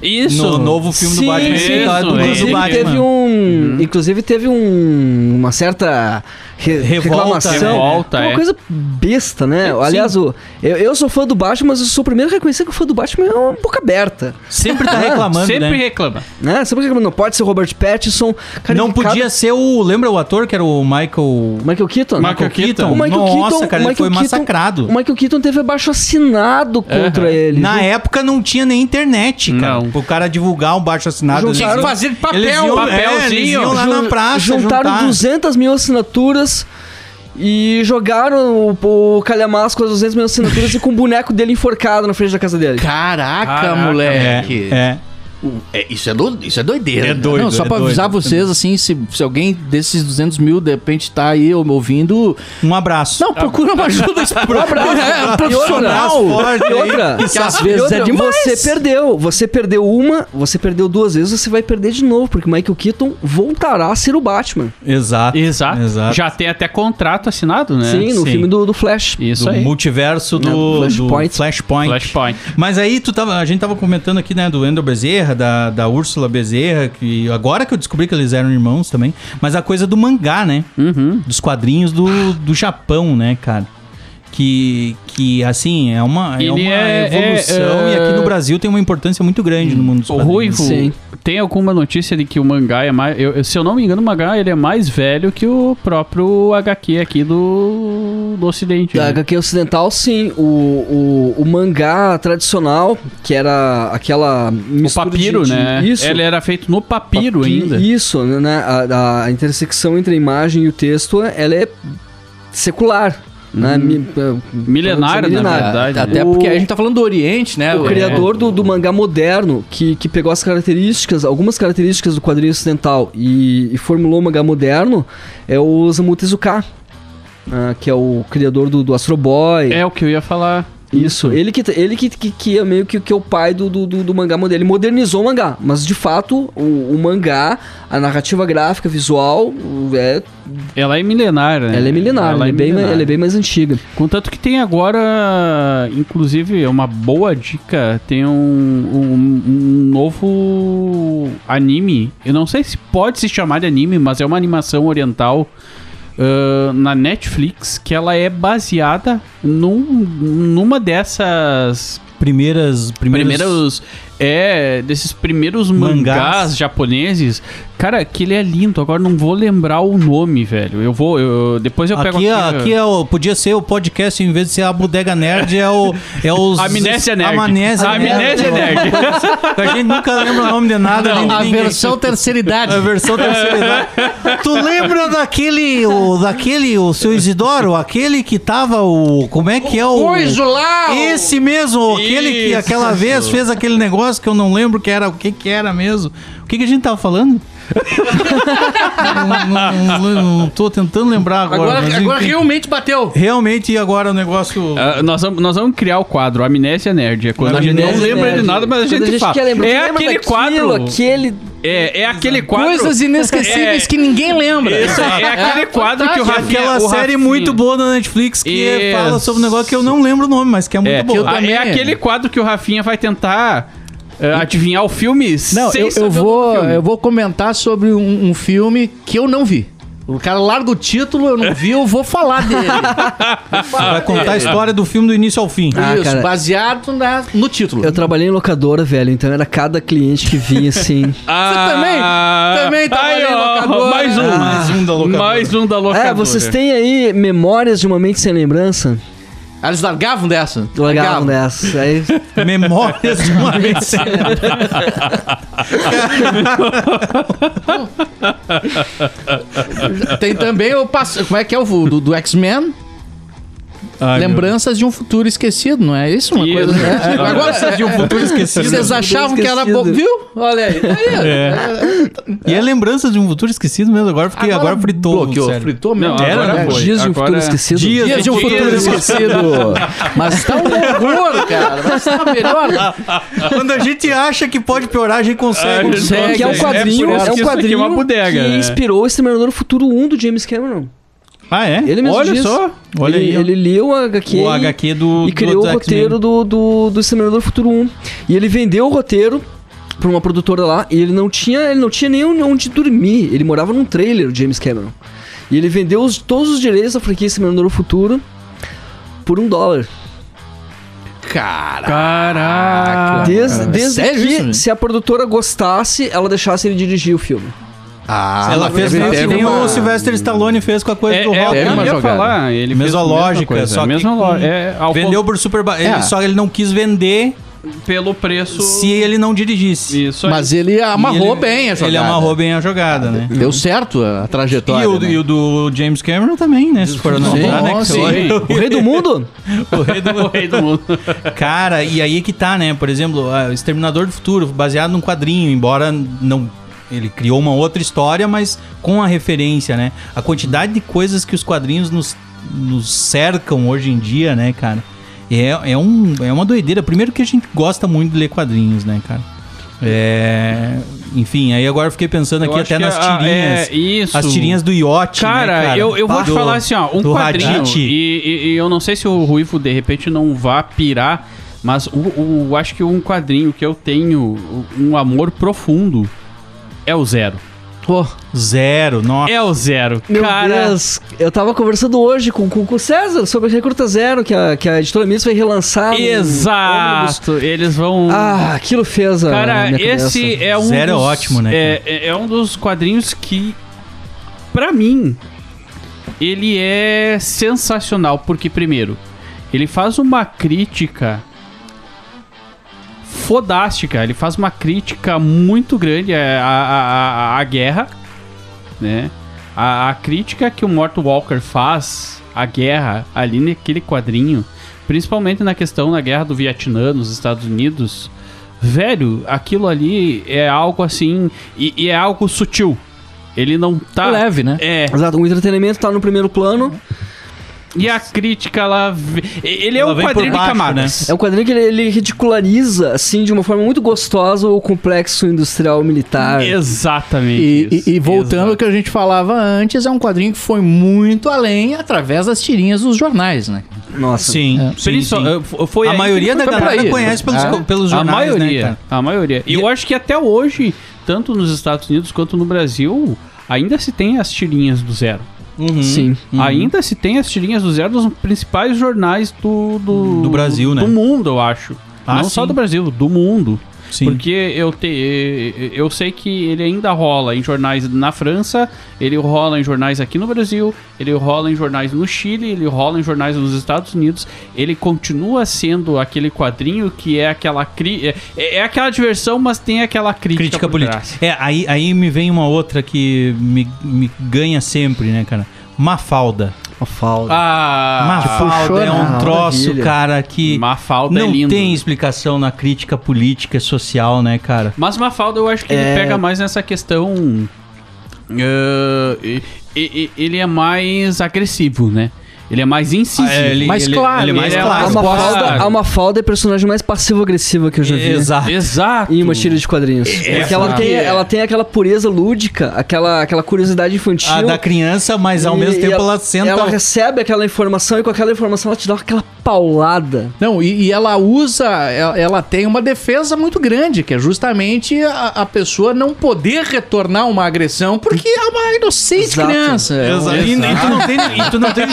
Isso. No novo filme do Sim, Batman. sim, ele tá isso, dublando é. o Inclusive Batman. teve, um, Uhum. inclusive teve um uma certa re- Revolta, reclamação. revolta, uma é. coisa besta, né? Aliás, o- eu, eu sou fã do Batman, mas eu sou o primeiro a reconhecer que o fã do Batman é uma boca aberta. Sempre tá reclamando, Sempre né? reclama. Né? Sabe por que não pode ser o Robert Pattinson? Cara, Não ele podia cada- ser o... Lembra o ator que era o Michael... Michael Keaton? Michael Keaton. O Michael Nossa, Keaton, cara, o ele Michael foi Keaton- massacrado. O Michael Keaton teve abaixo assinado contra né? ele. Na época não tinha nem internet, cara. Não. O cara divulgar um baixo assinado. Juntaram- eles iam- Fazer eles iam, papelzinho. é, eles iam lá na Jun- praça. Juntaram juntar. 200 mil assinaturas e jogaram o, o calhamaço com as 200 mil assinaturas e com o boneco dele enforcado na frente da casa dele. Caraca, Caraca, moleque. É, é. É, isso, é do, isso é doideira. né? É doido, Não, só é pra doido. avisar vocês, assim, se, se alguém desses 200 mil de repente tá aí me ouvindo. Um abraço. Não, procura uma ajuda esse um é, Um profissional. abraço forte E aí. outra, Isso às vezes é demais. você perdeu. Você perdeu uma, você perdeu duas vezes, você vai perder de novo, porque o Michael Keaton voltará a ser o Batman. Exato. Exato. Exato. Já tem até contrato assinado, né? Sim, no sim. filme do, do Flash. Isso do aí. multiverso do, É, do Flashpoint. do Flashpoint. Flashpoint. Mas aí tu tava, a gente tava comentando aqui, né, do Ender Bezerra, da, da Úrsula Bezerra, que agora que eu descobri que eles eram irmãos também, mas a coisa do mangá, né? Uhum. Dos quadrinhos do, do Japão, né, cara? Que, que assim, é uma, é uma Ele é- evolução é, e aqui é- no Brasil tem uma importância muito grande no mundo dos O quadrinhos. Ruivo, Sim. tem alguma notícia de que o mangá é mais. eu- eu- se eu não me engano, o mangá ele é mais velho que o próprio HQ aqui do, do Ocidente. Da né? HQ ocidental, sim. O, o, o mangá tradicional, que era aquela O mistura de- papiro, de- né? Isso. Ele era feito no papiro Papi- ainda. Isso, né? A, a intersecção entre a imagem e o texto, ela é secular, né? Mi- falando Milenária, de ser na milenária. verdade. Até né? porque aí a gente tá falando do Oriente, né? O velho? criador do, do mangá moderno, que, que pegou as características, algumas características do quadrinho ocidental e, e formulou o mangá moderno, é o Osamu Tezuka, né? que é o criador do, do Astro Boy. É o que eu ia falar. Isso. Ele que, ele que, que, que é meio que, que é o pai do, do, do- do mangá moderno. Ele modernizou o mangá, mas de fato o, o mangá, a narrativa gráfica, visual, o- é, Ela é milenária, né? ela é milenária, ela, é bem, milenar. ela é bem mais antiga. Contanto que tem agora, inclusive, é uma boa dica, tem um, um- um novo anime. Eu não sei se pode se chamar de anime, mas é uma animação oriental ah, na Netflix que ela é baseada num, numa dessas Primeiras. Primeiros. primeiros é desses primeiros mangás, Mangás. japoneses. Cara, que ele é lindo. Agora não vou lembrar o nome, velho. Eu vou, eu- depois eu pego Aqui, aqui, é o, podia ser o podcast, em vez de ser a Bodega Nerd, é o. É os, Amnésia Nerd. Amnésia, Amnésia Nerd. A gente nunca lembra o nome de nada. nem de A ninguém. versão terceira idade. A versão terceira idade. Tu lembra daquele, o, daquele, o seu Isidoro? Aquele que tava o... Como é que é o... Coiso lá! o- Esse mesmo, aquele que Isso. aquela vez fez aquele negócio que eu não lembro que era, o que que era mesmo. O que que a gente tava falando? não, não- não- não tô tentando lembrar agora. Agora, mas agora enfim. realmente bateu. Realmente, e agora o negócio... Ah, nós, vamos, nós vamos criar o quadro Amnésia Nerd. É quando a gente não Amnésia lembra Nerd. de nada, mas a Quando gente, fala. quer lembrar, é tu lembra aquele daquilo, quadro. Aquele É, é aquele quadro. Coisas inesquecíveis É. que ninguém lembra. Isso, é aquele quadro que o Que é Rafinha. aquela o série Rafinha- muito boa na Netflix que Isso. fala sobre um negócio que eu não lembro o nome, mas que é muito É, boa. Ah, é aquele quadro que o Rafinha vai tentar eh, adivinhar o filme Não, sem eu, saber eu o vou, filme. eu vou comentar sobre um, um filme que eu não vi. O cara larga o título, eu não vi, eu vou falar dele. Vai contar a história do filme do início ao fim. Ah, Isso, cara. baseado na- no título. Eu trabalhei em locadora, velho, então era cada cliente que vinha assim. Ah, também trabalhou em ó, locadora. Mais um. mais um da locadora. Mais um da Ah, locadora. é, vocês têm aí memórias de uma mente sem lembrança? Eles largavam dessa? Largavam dessa. Aí, Memórias de uma vez. Tem também o passo. Como é que é o do, do X-Men? Lembranças de um futuro esquecido, não é isso? Uma Isso. coisa. né? Agora vocês- de um futuro esquecido. vocês achavam que era bom, esquecido. viu? Olha aí. É, E é lembrança de um futuro esquecido mesmo. Agora fiquei, agora, fritou. Bloqueou, sério. fritou Não, mesmo. agora Era, foi. dias de um Agora- futuro esquecido. Dias Dias de um futuro Dias. esquecido. Mas tá um horror, cara. Mas tá melhor. Quando a gente acha que pode piorar, a gente consegue. Ah, É, que é um É quadrinho, por é, um isso que isso aqui é quadrinho uma bodega, que né? inspirou o Exterminador do Futuro 1 do James Cameron. Ah, é? Ele mesmo Olha diz. só. Olha ele, aí, ó. ele leu o HQ, o e- HQ do. e criou o roteiro do, do, do Exterminador do Futuro 1. E ele vendeu o roteiro pra uma produtora lá e ele não tinha, ele não tinha nem onde dormir. Ele morava num trailer, o James Cameron. E ele vendeu os- todos os direitos da franquia Exterminador do Futuro por um dólar. Caraca. Desde, desde Ah, é sério que, isso, né? gente? se a produtora gostasse, ela deixasse ele dirigir o filme. Ah, Ela fez teve- meio que teve nem uma- o Sylvester Stallone fez com a coisa É, do é, Rock. é, Teve eu uma ia jogada. falar. Ele fez Mesma a mesma lógica, coisa, só que- mesma lógica. É, ao Vendeu por super. ba- Ele, É. Só que ele não quis vender pelo preço. se ele não dirigisse. Isso aí. Mas ele amarrou ele, bem a jogada. Ele amarrou bem a jogada, né? Deu certo a trajetória. E o, né? e o do James Cameron também, né? Se for analisar, né? que sim. foi- O Rei do Mundo? o rei do- o rei do mundo. Cara, e aí que tá, né? Por exemplo, ah, Exterminador do Futuro, baseado num quadrinho, embora não. Ele criou uma outra história, mas com a referência, né? A quantidade de coisas que os quadrinhos nos, nos cercam hoje em dia, né, cara? É, é, um, é uma doideira. Primeiro que a gente gosta muito de ler quadrinhos, né, cara? É, enfim, aí agora eu fiquei pensando Eu aqui acho até que nas a- tirinhas. é, isso. As tirinhas do iote, né, Cara, eu, eu vou te Do- falar assim, ó, um do quadrinho, Raditz. e, e- e eu não sei se o Ruivo, de repente, não vá pirar, mas o, o- acho que um quadrinho que eu tenho um amor profundo é o Zero. Zero, nossa. É o Zero. Meu cara, Deus, eu tava conversando hoje com, com, com o César sobre Recruta Zero, que a, que a editora Miss vai relançar. no ônibus. exato. Eles vão... Ah, aquilo fez a Um Cara, minha cabeça. esse é um. Zero é dos- ótimo, né, É, é- é um dos quadrinhos que, pra mim, ele é sensacional. Porque, primeiro, ele faz uma crítica fodástica. Ele faz uma crítica muito grande à, à, à- à guerra, né? A, a crítica que o Morto Walker faz à guerra ali naquele quadrinho, principalmente na questão da guerra do Vietnã nos Estados Unidos, velho, aquilo ali é algo assim e, e é algo sutil. Ele não tá Leve, né? É, Exato, o entretenimento tá no primeiro plano. E a crítica, ela. ve- Ele é Ela um vem por quadrinho de baixo, né? camadas. É um quadrinho que ele, ele ridiculariza, assim, de uma forma muito gostosa o complexo industrial militar. Exatamente. É. E, isso. e- e voltando ao que a gente falava antes, é um quadrinho que foi muito além através das tirinhas dos jornais, né? Nossa. Sim. É. sim, Ele só- sim. eh, f- foi a aí que maioria ele da foi pra galera aí. conhece pelos, É. pelos a jornais, maioria, né, cara? é- A maioria. E eu acho que até hoje, tanto nos Estados Unidos quanto no Brasil, ainda se tem as tirinhas do zero. Uhum. Sim. Ainda se tem as tirinhas do zero dos principais jornais do... Do, Do Brasil, né? Do mundo, eu acho. Ah, Não sim. só do Brasil, do mundo. Sim. Porque eu, te, eu sei que ele ainda rola em jornais na França, ele rola em jornais aqui no Brasil, ele rola em jornais no Chile, ele rola em jornais nos Estados Unidos. Ele continua sendo aquele quadrinho que é aquela cri, é, é aquela diversão, mas tem aquela crítica, Crítica por política. trás. É, aí, aí me vem uma outra que me, me ganha sempre, né, cara? Mafalda. Mafalda. Ah, Mafalda é um Maravilha. troço, cara, que Mafalda é não lindo. tem explicação na crítica política e social, né, cara? Mas Mafalda eu acho que ele pega mais nessa questão. ah, e- e- e- ele é mais agressivo, né? Ele é mais incisivo. Ah, é, ele- mais ele- claro. ele é mais claro. A mais claro. Mafalda, a Mafalda é a personagem mais passivo-agressiva que eu já vi. Exato. Exato. Em uma tira de quadrinhos. porque ela tem, ela tem aquela pureza lúdica, aquela, aquela curiosidade infantil. A da criança, mas Ah, ao E- mesmo e é um tempo ela senta. Ela recebe aquela informação e com aquela informação ela te dá aquela paulada. Não, e, e ela usa, ela, ela tem uma defesa muito grande, que é justamente a, a pessoa não poder retornar uma agressão, porque é uma inocente Exato. criança. É um- E, e tu não tem. E tu não tem,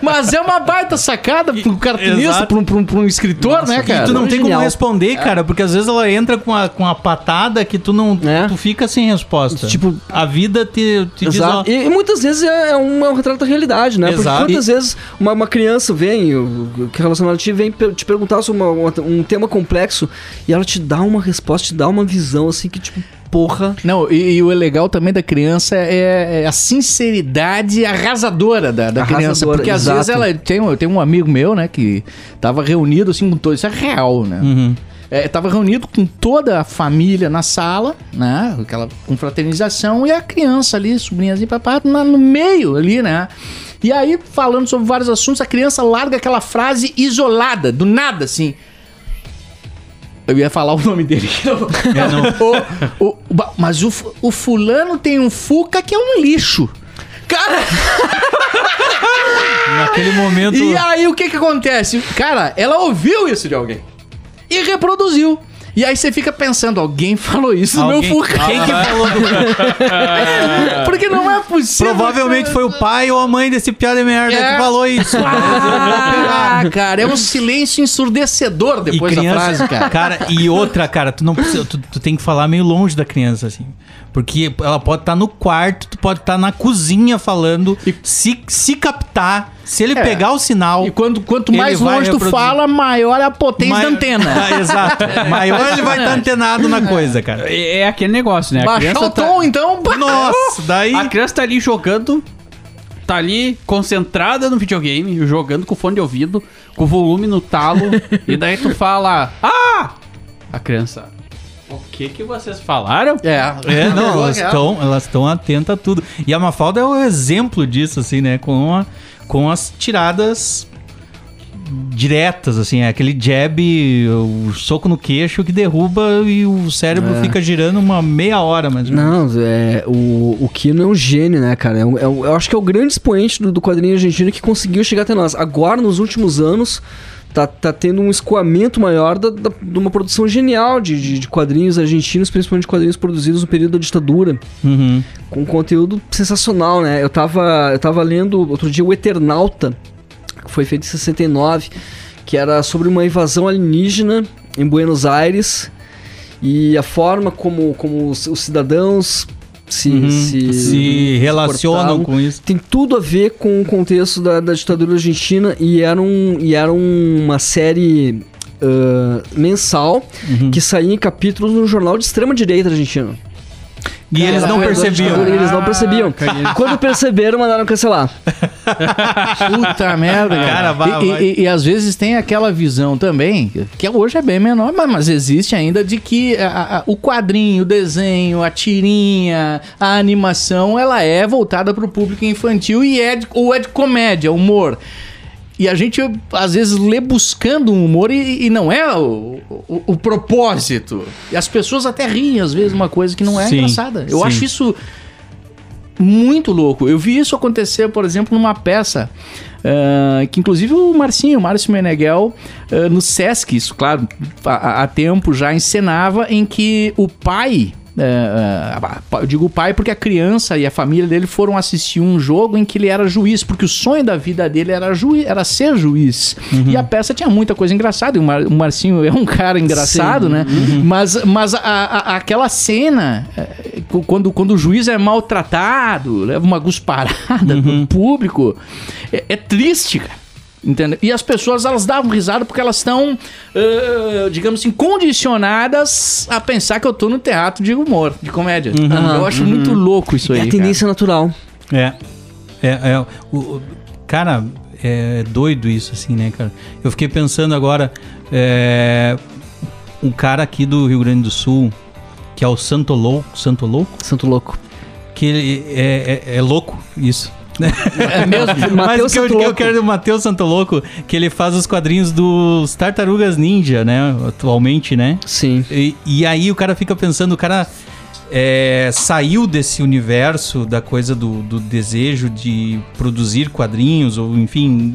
Mas é uma baita sacada para um cartunista, Exato. para um, pra um- pra um escritor, né, e cara? É. tu não tem como Genial. responder, cara, porque às vezes ela entra com a, com a patada que tu não. É. Tu fica sem resposta. Tipo- a vida te, te diz. ó, Exato. E, e muitas vezes é, é um, é um retrato da realidade, né? Exato. Porque quantas vezes uma, uma criança vem, o- o que é relacionado a ti, vem pe- te perguntar sobre uma- uma- um tema complexo e ela te dá uma resposta, te dá uma visão assim que, tipo, porra. Não, e, e o legal também da criança é, é a sinceridade arrasadora da, da Arrasadora, criança. Porque às exato. vezes ela. Tem, eu tenho um amigo meu, né, que tava reunido assim com todo. Isso é real, né? Uhum. É, tava reunido com toda a família na sala, né? Aquela confraternização, e a criança ali, sobrinhazinha, papai, na- no meio ali, né? E aí, falando sobre vários assuntos, a criança larga aquela frase isolada, do nada, assim. Eu ia falar o nome dele. É, O- o- ba- mas o, fu- o fulano tem um Fuca que é um lixo. Cara, Naquele momento. e aí o que que acontece? Cara, ela ouviu isso de alguém e reproduziu. E aí você fica pensando, alguém falou isso do meu alguém- Fuca. Quem que falou do Porque não é possível. Provavelmente foi o pai ou a mãe desse piada de merda É. que falou isso. Ah, cara, é um silêncio ensurdecedor depois da frase, cara. e outra, cara, tu não precisa, tu, tu tem que falar meio longe da criança, assim. Porque ela pode estar no quarto, tu pode estar na cozinha falando. Se, se captar, se ele É. pegar o sinal. E quando, quanto Ele mais vai longe tu reproduzir. fala, maior é a potência mai- da antena. É. Ah, exato. Maior ele vai estar antenado na coisa, cara. É, é aquele negócio, né? A Baixar o criança, tá, tom, então. pá. Nossa, daí. É, a criança tá ali jogando, tá ali concentrada no videogame, jogando com fone de ouvido, com o volume no talo, e daí tu fala, ah! A criança, o que que vocês falaram? É, É, não, Pegou elas aquela- estão elas tão atentas a tudo. E a Mafalda é o exemplo disso, assim, né? Com, a- com as tiradas diretas, assim, é aquele jab, o soco no queixo que derruba e o cérebro fica girando uma meia hora, mais ou menos. É. Não, é, o, o Kino é um gênio, né, cara? É um- é um- eu acho que é o grande expoente do, do quadrinho argentino que conseguiu chegar até nós. Agora, nos últimos anos, tá, tá tendo um escoamento maior da- da- de uma produção genial de, de- de quadrinhos argentinos, principalmente quadrinhos produzidos no período da ditadura Uhum. com um conteúdo sensacional, né? Eu tava, eu tava lendo outro dia o Eternauta, que foi feito em 69, que era sobre uma invasão alienígena em Buenos Aires e a forma como, como os, os cidadãos se, Uhum. se, Se relacionam portavam. com isso. Tem tudo a ver com o contexto da, da ditadura argentina e era, um, e era uma série ah, mensal Uhum. que saía em capítulos no jornal de extrema direita argentino. E eles não percebiam. Eles Ah, não percebiam. Quando perceberam, mandaram cancelar. Puta merda, Cara, cara. vai, e, vai. e- e- e às vezes tem aquela visão também, que hoje é bem menor, mas, mas existe ainda, de que a- a- o quadrinho, o desenho, a tirinha, a animação, ela é voltada para o público infantil e é de, ou é de comédia, humor. E a gente, às vezes, lê buscando um humor e, e não é o, o, o propósito. E as pessoas até riem, às vezes, uma coisa que não é Sim, engraçada. Eu sim. acho isso muito louco. Eu vi isso acontecer, por exemplo, numa peça. ah, que inclusive o Marcinho, o Márcio Meneghel, ah, no Sesc, isso claro, há, há tempo já encenava, em que o pai. ah, ah, pa- eu digo o pai porque a criança e a família dele foram assistir um jogo em que ele era juiz, porque o sonho da vida dele era, juiz, era ser juiz. E a peça tinha muita coisa engraçada, e o, Mar- o Marcinho é um cara engraçado, né? Mas, mas a- a- aquela cena, eh, cu- quando, quando o juiz é maltratado, leva uma gusparada do público, é, é triste, cara. Entendeu? E as pessoas elas davam risada porque elas estão, eh, digamos assim, condicionadas a pensar que eu tô no teatro de humor, de comédia. Eu acho muito louco isso aí. É a cara. tendência natural. É. É, é, o- o- cara, é doido isso, assim, né, cara? Eu fiquei pensando agora. É, um cara aqui do Rio Grande do Sul, que é o Santo Louco, Santo Louco, Santo louco. que ele é, é- é louco, isso. É mesmo? Mas o Mateus que eu, Santo que eu Louco. quero do Matheus Santo Louco, que ele faz os quadrinhos dos Tartarugas Ninja, né? Atualmente, né? Sim. E, e aí o cara fica pensando, o cara é, saiu desse universo da coisa do, do desejo de produzir quadrinhos, ou enfim.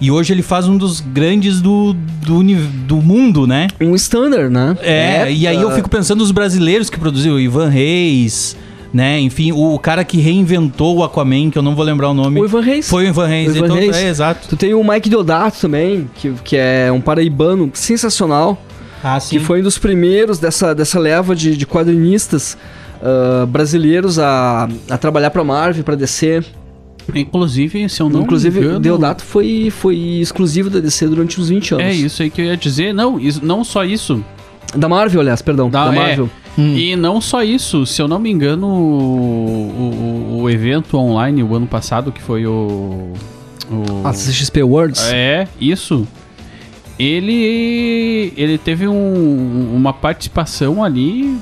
E hoje ele faz um dos grandes do, do, uni- do mundo, né? Um standard, né? É, e aí eu fico pensando nos brasileiros que produziu, Ivan Reis, né? Enfim, o, cara que reinventou o Aquaman, que eu não vou lembrar o nome. O Ivan Reis. Foi o Ivan Reis, O Ivan então Reis. é exato. Tu tem o Mike Deodato também, que, que é um paraibano sensacional, Ah, sim. que foi um dos primeiros dessa, dessa leva de, de quadrinistas ah, brasileiros a, a trabalhar pra Marvel, pra DC. Inclusive, se eu não me Inclusive, engano- o Deodato foi, foi exclusivo da DC durante uns 20 anos. É isso aí que eu ia dizer. Não, isso- não só isso. Da Marvel, aliás, perdão. Da- Da, é. Marvel. E não só isso. Se eu não me engano, o, o- o evento online, o ano passado, que foi o. o- A CXP Awards. É, isso. Ele ele teve um- uma participação ali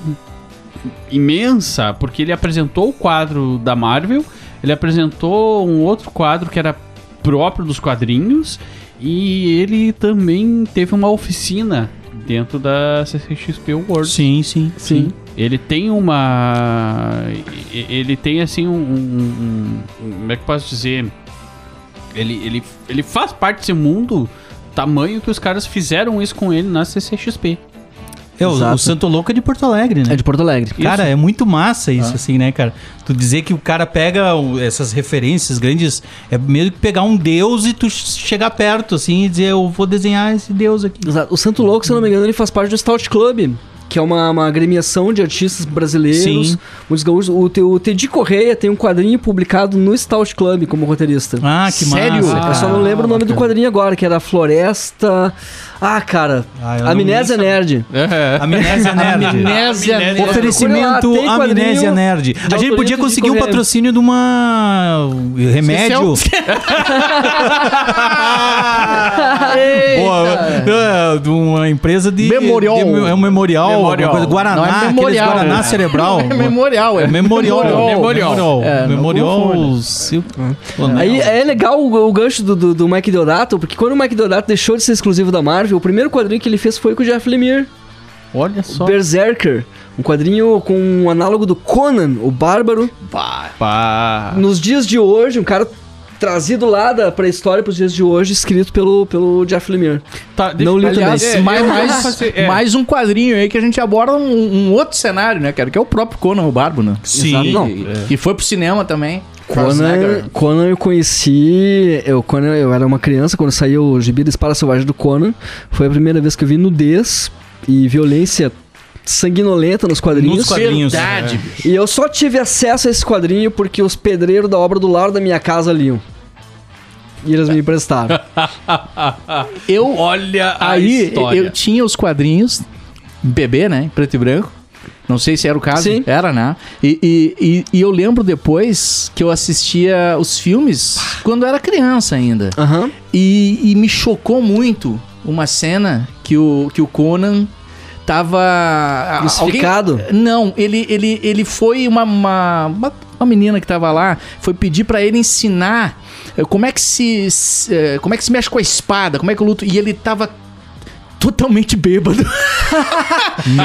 imensa, porque ele apresentou o quadro da Marvel, ele apresentou um outro quadro que era próprio dos quadrinhos e ele também teve uma oficina dentro da CCXP World. Sim, sim. Sim. Ele tem uma. e- Ele tem assim um. um- um- como é que eu posso dizer? Ele, ele, ele faz parte desse mundo tamanho que os caras fizeram isso com ele na CCXP. É, o, Exato. o Santo Louco é de Porto Alegre, né? É de Porto Alegre. Cara, é muito massa Ah. isso, assim, né, cara? Tu dizer que o cara pega o- essas referências grandes, é meio que pegar um deus e tu ch- chegar perto, assim, e dizer, eu vou desenhar esse deus aqui. Exato. O Santo Louco, se eu não me engano, ele faz parte do Stout Club, que é uma, uma agremiação de artistas brasileiros, Sim. muitos gaúchos. O, Te- o Teddy Correia tem um quadrinho publicado no Stout Club como roteirista. Ah, que Sério? massa. eu só não lembro o nome do quadrinho agora, que era Floresta. Ah, cara. Ah, eu não Amnésia nem Nerd. É. Amnésia Nerd. Amnésia mesmo. Oferecimento Procura lá, tem Amnésia quadrinho Nerd. A gente autoria podia do conseguir Zico um Velho. patrocínio de uma é remédio. Boa, né? é, de uma empresa de Memorial. de- é um memorial, Memorial. alguma coisa. Guaraná, Não, é aqueles memorial, Guaraná é. cerebral. É memorial, é. É memorial. Memorial. Memorial. É, não Memorial. Sil- Aí é legal o, o gancho do, do, do Mike Deodato, porque quando o Mike Deodato deixou de ser exclusivo da Marvel, o primeiro quadrinho que ele fez foi com o Jeff Lemire. Olha só. Berserker, um quadrinho com um análogo do Conan, o Bárbaro. Nos dias de hoje, um cara trazido lá da pré-história para os dias de hoje, escrito pelo, pelo Jeff Lemire. Tá, Não li também. Aliás, é, mais, eu- mais- é. mais um quadrinho aí que a gente aborda um, um outro cenário, né, cara? Que é o próprio Conan, o Barbo, né? Sim. Não, E, É. e foi pro cinema também. Conan, é Schwarzenegger. Conan eu conheci, eu, Conan, eu era uma criança quando saiu o Gibi da Espada Selvagem do Conan. Foi a primeira vez que eu vi nudez e violência sanguinolenta nos quadrinhos. Nos quadrinhos. Verdade, É. bicho. E eu só tive acesso a esse quadrinho porque os pedreiros da obra do lar da minha casa liam. E eles me emprestaram. Eu, Olha a aí, história. eu tinha os quadrinhos, bebê, né? em Preto e branco. Não sei se era o caso. Sim. Era, né? E, e, e- e eu lembro depois que eu assistia os filmes quando era criança ainda. Aham. E, e me chocou muito uma cena que o, que o Conan tava. Ah, a- Crucificado? alguém- Não, ele, ele, ele foi uma, uma, uma- uma menina que tava lá, foi pedir pra ele ensinar eh, como é que se. se, eh, Como é que se mexe com a espada? Como é que eu luto? E ele tava totalmente bêbado.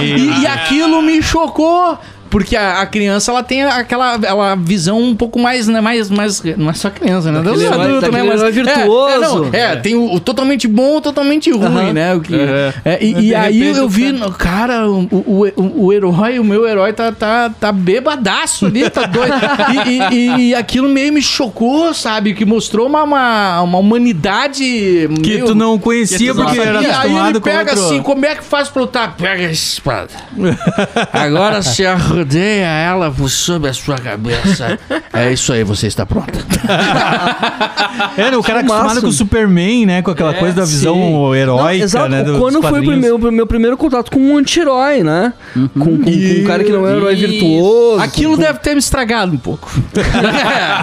e, e aquilo me chocou. Porque a, a criança, ela tem aquela ela visão um pouco mais, né? Mais, mais, não é só criança, né? Daquele Adulto, herói- daquele Mas- herói virtuoso. É, é, não, é, tem o, o totalmente bom o totalmente ruim, né? O que, é, e e aí eu vi, no- cara, o, o, o, o herói, o meu herói tá, tá, tá bebadaço ali, tá doido. E- e, e- e aquilo meio me chocou, sabe? Que mostrou uma, uma, uma humanidade Que meio- tu não conhecia porque era e aí ele acostumado com pega outro... assim, como é que faz pra lutar? Pega a espada. Agora se arrodeia ela por sob a sua cabeça. É isso aí, você está pronta. É, né, o cara Filmaço. acostumado com o Superman, né? Com aquela coisa da visão Não, heróica, exato. né? dos Quando foi o quadrinhos. meu, meu primeiro contato com um anti-herói, né? Com, com- com um cara que não é um herói virtuoso. Aquilo deve ter me estragado um pouco.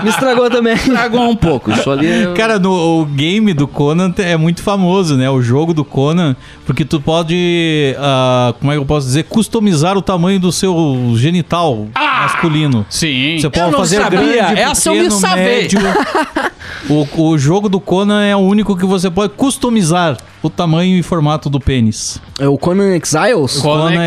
Me estragou também. Estragou um pouco. Isso ali é... Cara, no, o game do Conan te- é muito famoso, né? O jogo do Conan, porque tu pode, ah, como é que eu posso dizer, customizar o tamanho do seu genital masculino. Sim. Você pode não fazer sabia. grande, Essa eu me pequeno, sabei. médio. o, o jogo do Conan é o único que você pode customizar o tamanho e formato do pênis. É o Conan Exiles? Conan Conan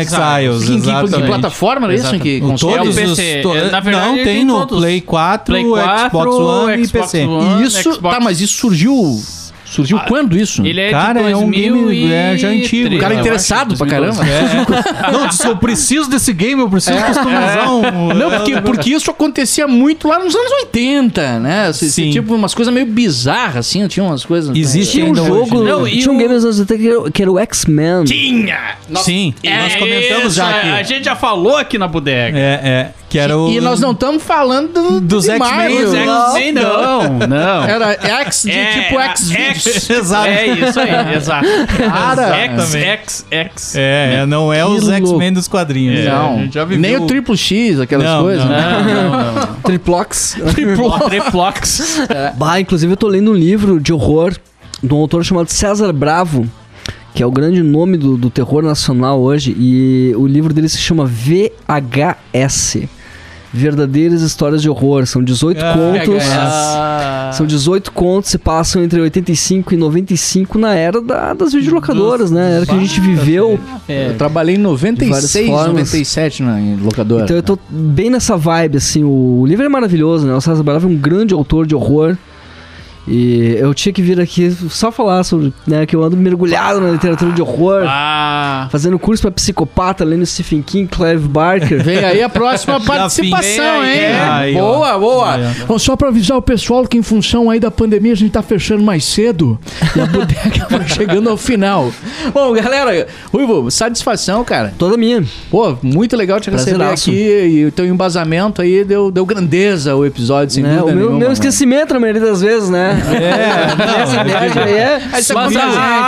Exiles, Exiles. Em que, em que exatamente. plataforma era isso? Em que é Em console? todos É o os... PC. to- É, na verdade, não, ele tem tem no todos. Play 4, Play 4, Xbox One Xbox e PC. One. E Isso, Xbox. tá, mas isso surgiu... Surgiu Ah, quando isso? Ele é Cara, de é um game- 2003, é, já antigo. eu O cara acho, interessado pra 2012. caramba. É. Não, disse, eu preciso desse game, eu preciso É. customizar um... Não, porque, porque isso acontecia muito lá nos anos 80, né? Esse- esse Sim. Tipo, umas coisas meio bizarras, assim, tinha umas coisas... Existe Tinha um ainda jogo. hoje, né? Não, e tinha um o- game dos anos 80 que era- que era o X-Men. Tinha! Nossa, Sim, nós É comentamos isso, já A aqui. gente já falou aqui na bodega. É, é, que era o... E nós não estamos falando do, Dos de X-Men, Marvel. dos X-Men. Sim, não, não. Era X de É, tipo era X videos Exato. É isso aí, exato. Cara, X, X, X. É, é, não é os Que louco. X-Men dos quadrinhos. né? A Não, gente já viveu nem o triplo X, aquelas Não, coisas. não. né? Ah, Não, não, não. Triplox. Triplox. Bah, inclusive eu tô lendo um livro de horror de um autor chamado César Bravo, que é o grande nome do, do terror nacional hoje, e o livro dele se chama VHS. Verdadeiras histórias de horror. São 18 Ah, contos. Ah. São 18 contos se passam entre 85 e 95 na era da- das videolocadoras, né? Era que a gente viveu. É. Eu trabalhei em De 96, várias formas. 97 na em locadora. Então eu tô bem nessa vibe, assim. O, o livro é maravilhoso, né? O César Bravo é um grande autor de horror. E eu tinha que vir aqui só falar sobre, né, que eu ando mergulhado na literatura de horror, Ah. fazendo curso pra psicopata, lendo Stephen King, Clive Barker. Vem aí a próxima participação, vem hein? aí, aí, ó. boa, boa. Aí, Bom, só pra avisar o pessoal que em função aí da pandemia a gente tá fechando mais cedo e a bodega vai chegando ao final. Bom, galera, Ruivo, satisfação, cara. Toda minha. Pô, muito legal te receber Prazeraço. aqui e o teu embasamento aí deu, deu grandeza ao episódio, sem né? dúvida O meu, nenhuma, meu mano. esquecimento, na maioria das vezes, né? Essa idade aí é. Mas Mas a,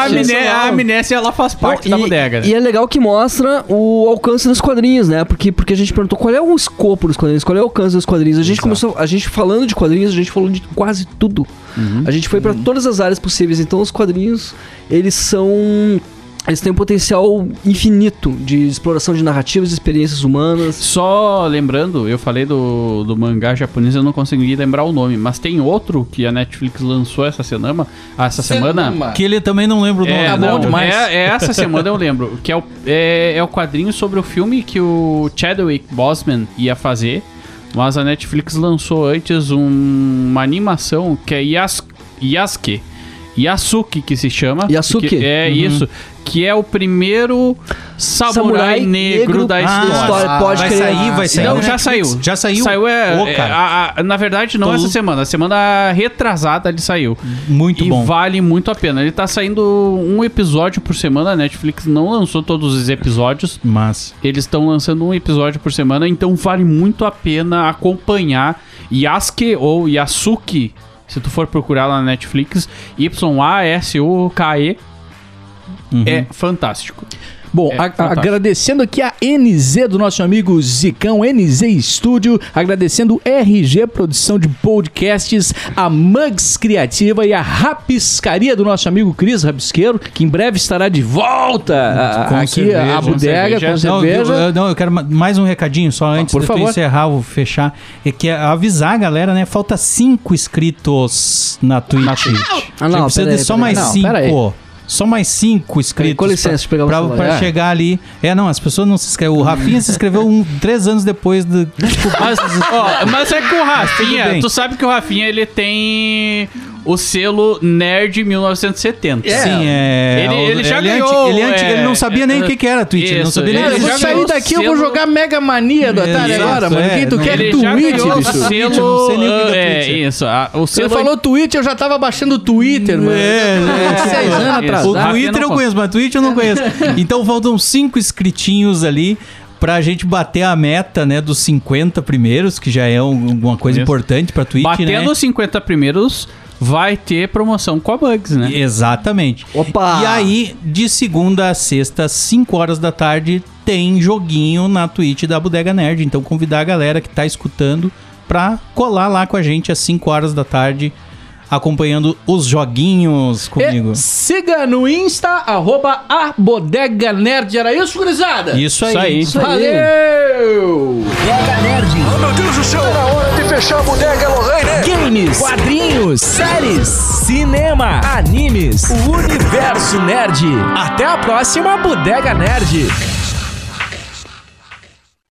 a, né? amné- a amnésia, ela faz parte da e, bodega. né? e é legal que mostra o alcance dos quadrinhos, né? Porque, porque a gente perguntou qual é o escopo dos quadrinhos, qual é o alcance dos quadrinhos. A gente começou, a gente falando de quadrinhos, a gente falou de quase tudo. Uhum. A gente foi pra todas as áreas possíveis. Então, os quadrinhos, eles são. Eles têm um potencial infinito de exploração de narrativas, de experiências humanas. Só lembrando, eu falei do, do mangá japonês, eu não consegui lembrar o nome, mas tem outro que a Netflix lançou essa semana, essa semana. Que ele também não lembra o nome. É, Tá bom não, demais. é, é essa semana eu lembro, que é o, é, é o quadrinho sobre o filme que o Chadwick Boseman ia fazer, mas a Netflix lançou antes um- uma animação que é Yas, Yasuke, Yasuke que se chama. Yasuke. Que é isso, que é o primeiro samurai, Samurai negro, negro da Ah, história. pode vai crer. sair, vai sair. Não, na já Netflix. saiu. Já saiu? Saiu, é. Ô, é, cara, a- a- na verdade, não Tô- essa semana. A semana retrasada ele saiu. muito e bom. vale muito a pena. Ele tá saindo um episódio por semana. A Netflix não lançou todos os episódios. Mas... Eles estão lançando um episódio por semana. Então vale muito a pena acompanhar Yasuke ou Yasuki. Se tu for procurar lá na Uhum. Netflix, Y-A-S-U-K-E. É fantástico. Bom, É, a- a- fantástico. agradecendo aqui a NZ do nosso amigo Zicão, NZ Studio, agradecendo RG Produção de Podcasts, a Mugs Criativa e a Rapiscaria do nosso amigo Cris Rabisqueiro, que em breve estará de volta a- Com aqui cerveja, a com bodega cerveja. com Não, cerveja. eu, eu- não, eu quero ma- mais um recadinho só antes por de tu favor. encerrar, vou fechar. É que é avisar a galera, né? Falta cinco inscritos na Twitch. Ah, não, Já precisa peraí, de só peraí. mais Não, peraí. cinco. Só mais cinco inscritos. com licença, deixa eu pegar o pra, celular. pra É. chegar ali. É, não, as pessoas não se inscrevem. O Rafinha se inscreveu um, três anos depois do. Mas, ó, mas é que o Ah, Tudo Rafinha, bem. tu sabe que o Rafinha ele tem o selo Nerd 1970. Sim, é. Ele- ele já anti- ganhou, ele, anti- é, ele não sabia nem o que, que era Twitch. ele não isso, sabia nem ele Cara, que É, eu vou já existia. sair ganhou daqui, eu vou selo- jogar Mega Mania do Atari Exato, agora, mano. é, Quem tu não- quer? Ele já Twitch, ganhou o bicho. Twitch, selo. não sei nem o que que é é, Twitch. isso. ah, o Você selo falou Twitch, eu já tava baixando o Twitter, mano. Tá É, é. Seis anos atrás. O Rafinha Twitter não eu conheço, mas Twitch eu não conheço. Então faltam cinco inscritinhos ali pra gente bater a meta, né, dos 50 primeiros, que já é um- uma coisa Isso. importante pra Twitch, Batendo né? os 50 primeiros, vai ter promoção com a Bugs, né? Exatamente. Opa! E aí, de segunda a sexta, 5 horas da tarde, tem joguinho na Twitch da Bodega Nerd. Então convidar a galera que tá escutando pra colar lá com a gente às 5 horas da tarde, acompanhando os joguinhos comigo. E siga no Insta, arroba a Bodega Nerd. Era isso, gurizada? É, Isso aí. Isso aí. Valeu! Games, quadrinhos, séries, cinema, animes, o universo nerd. Até a próxima Bodega Nerd.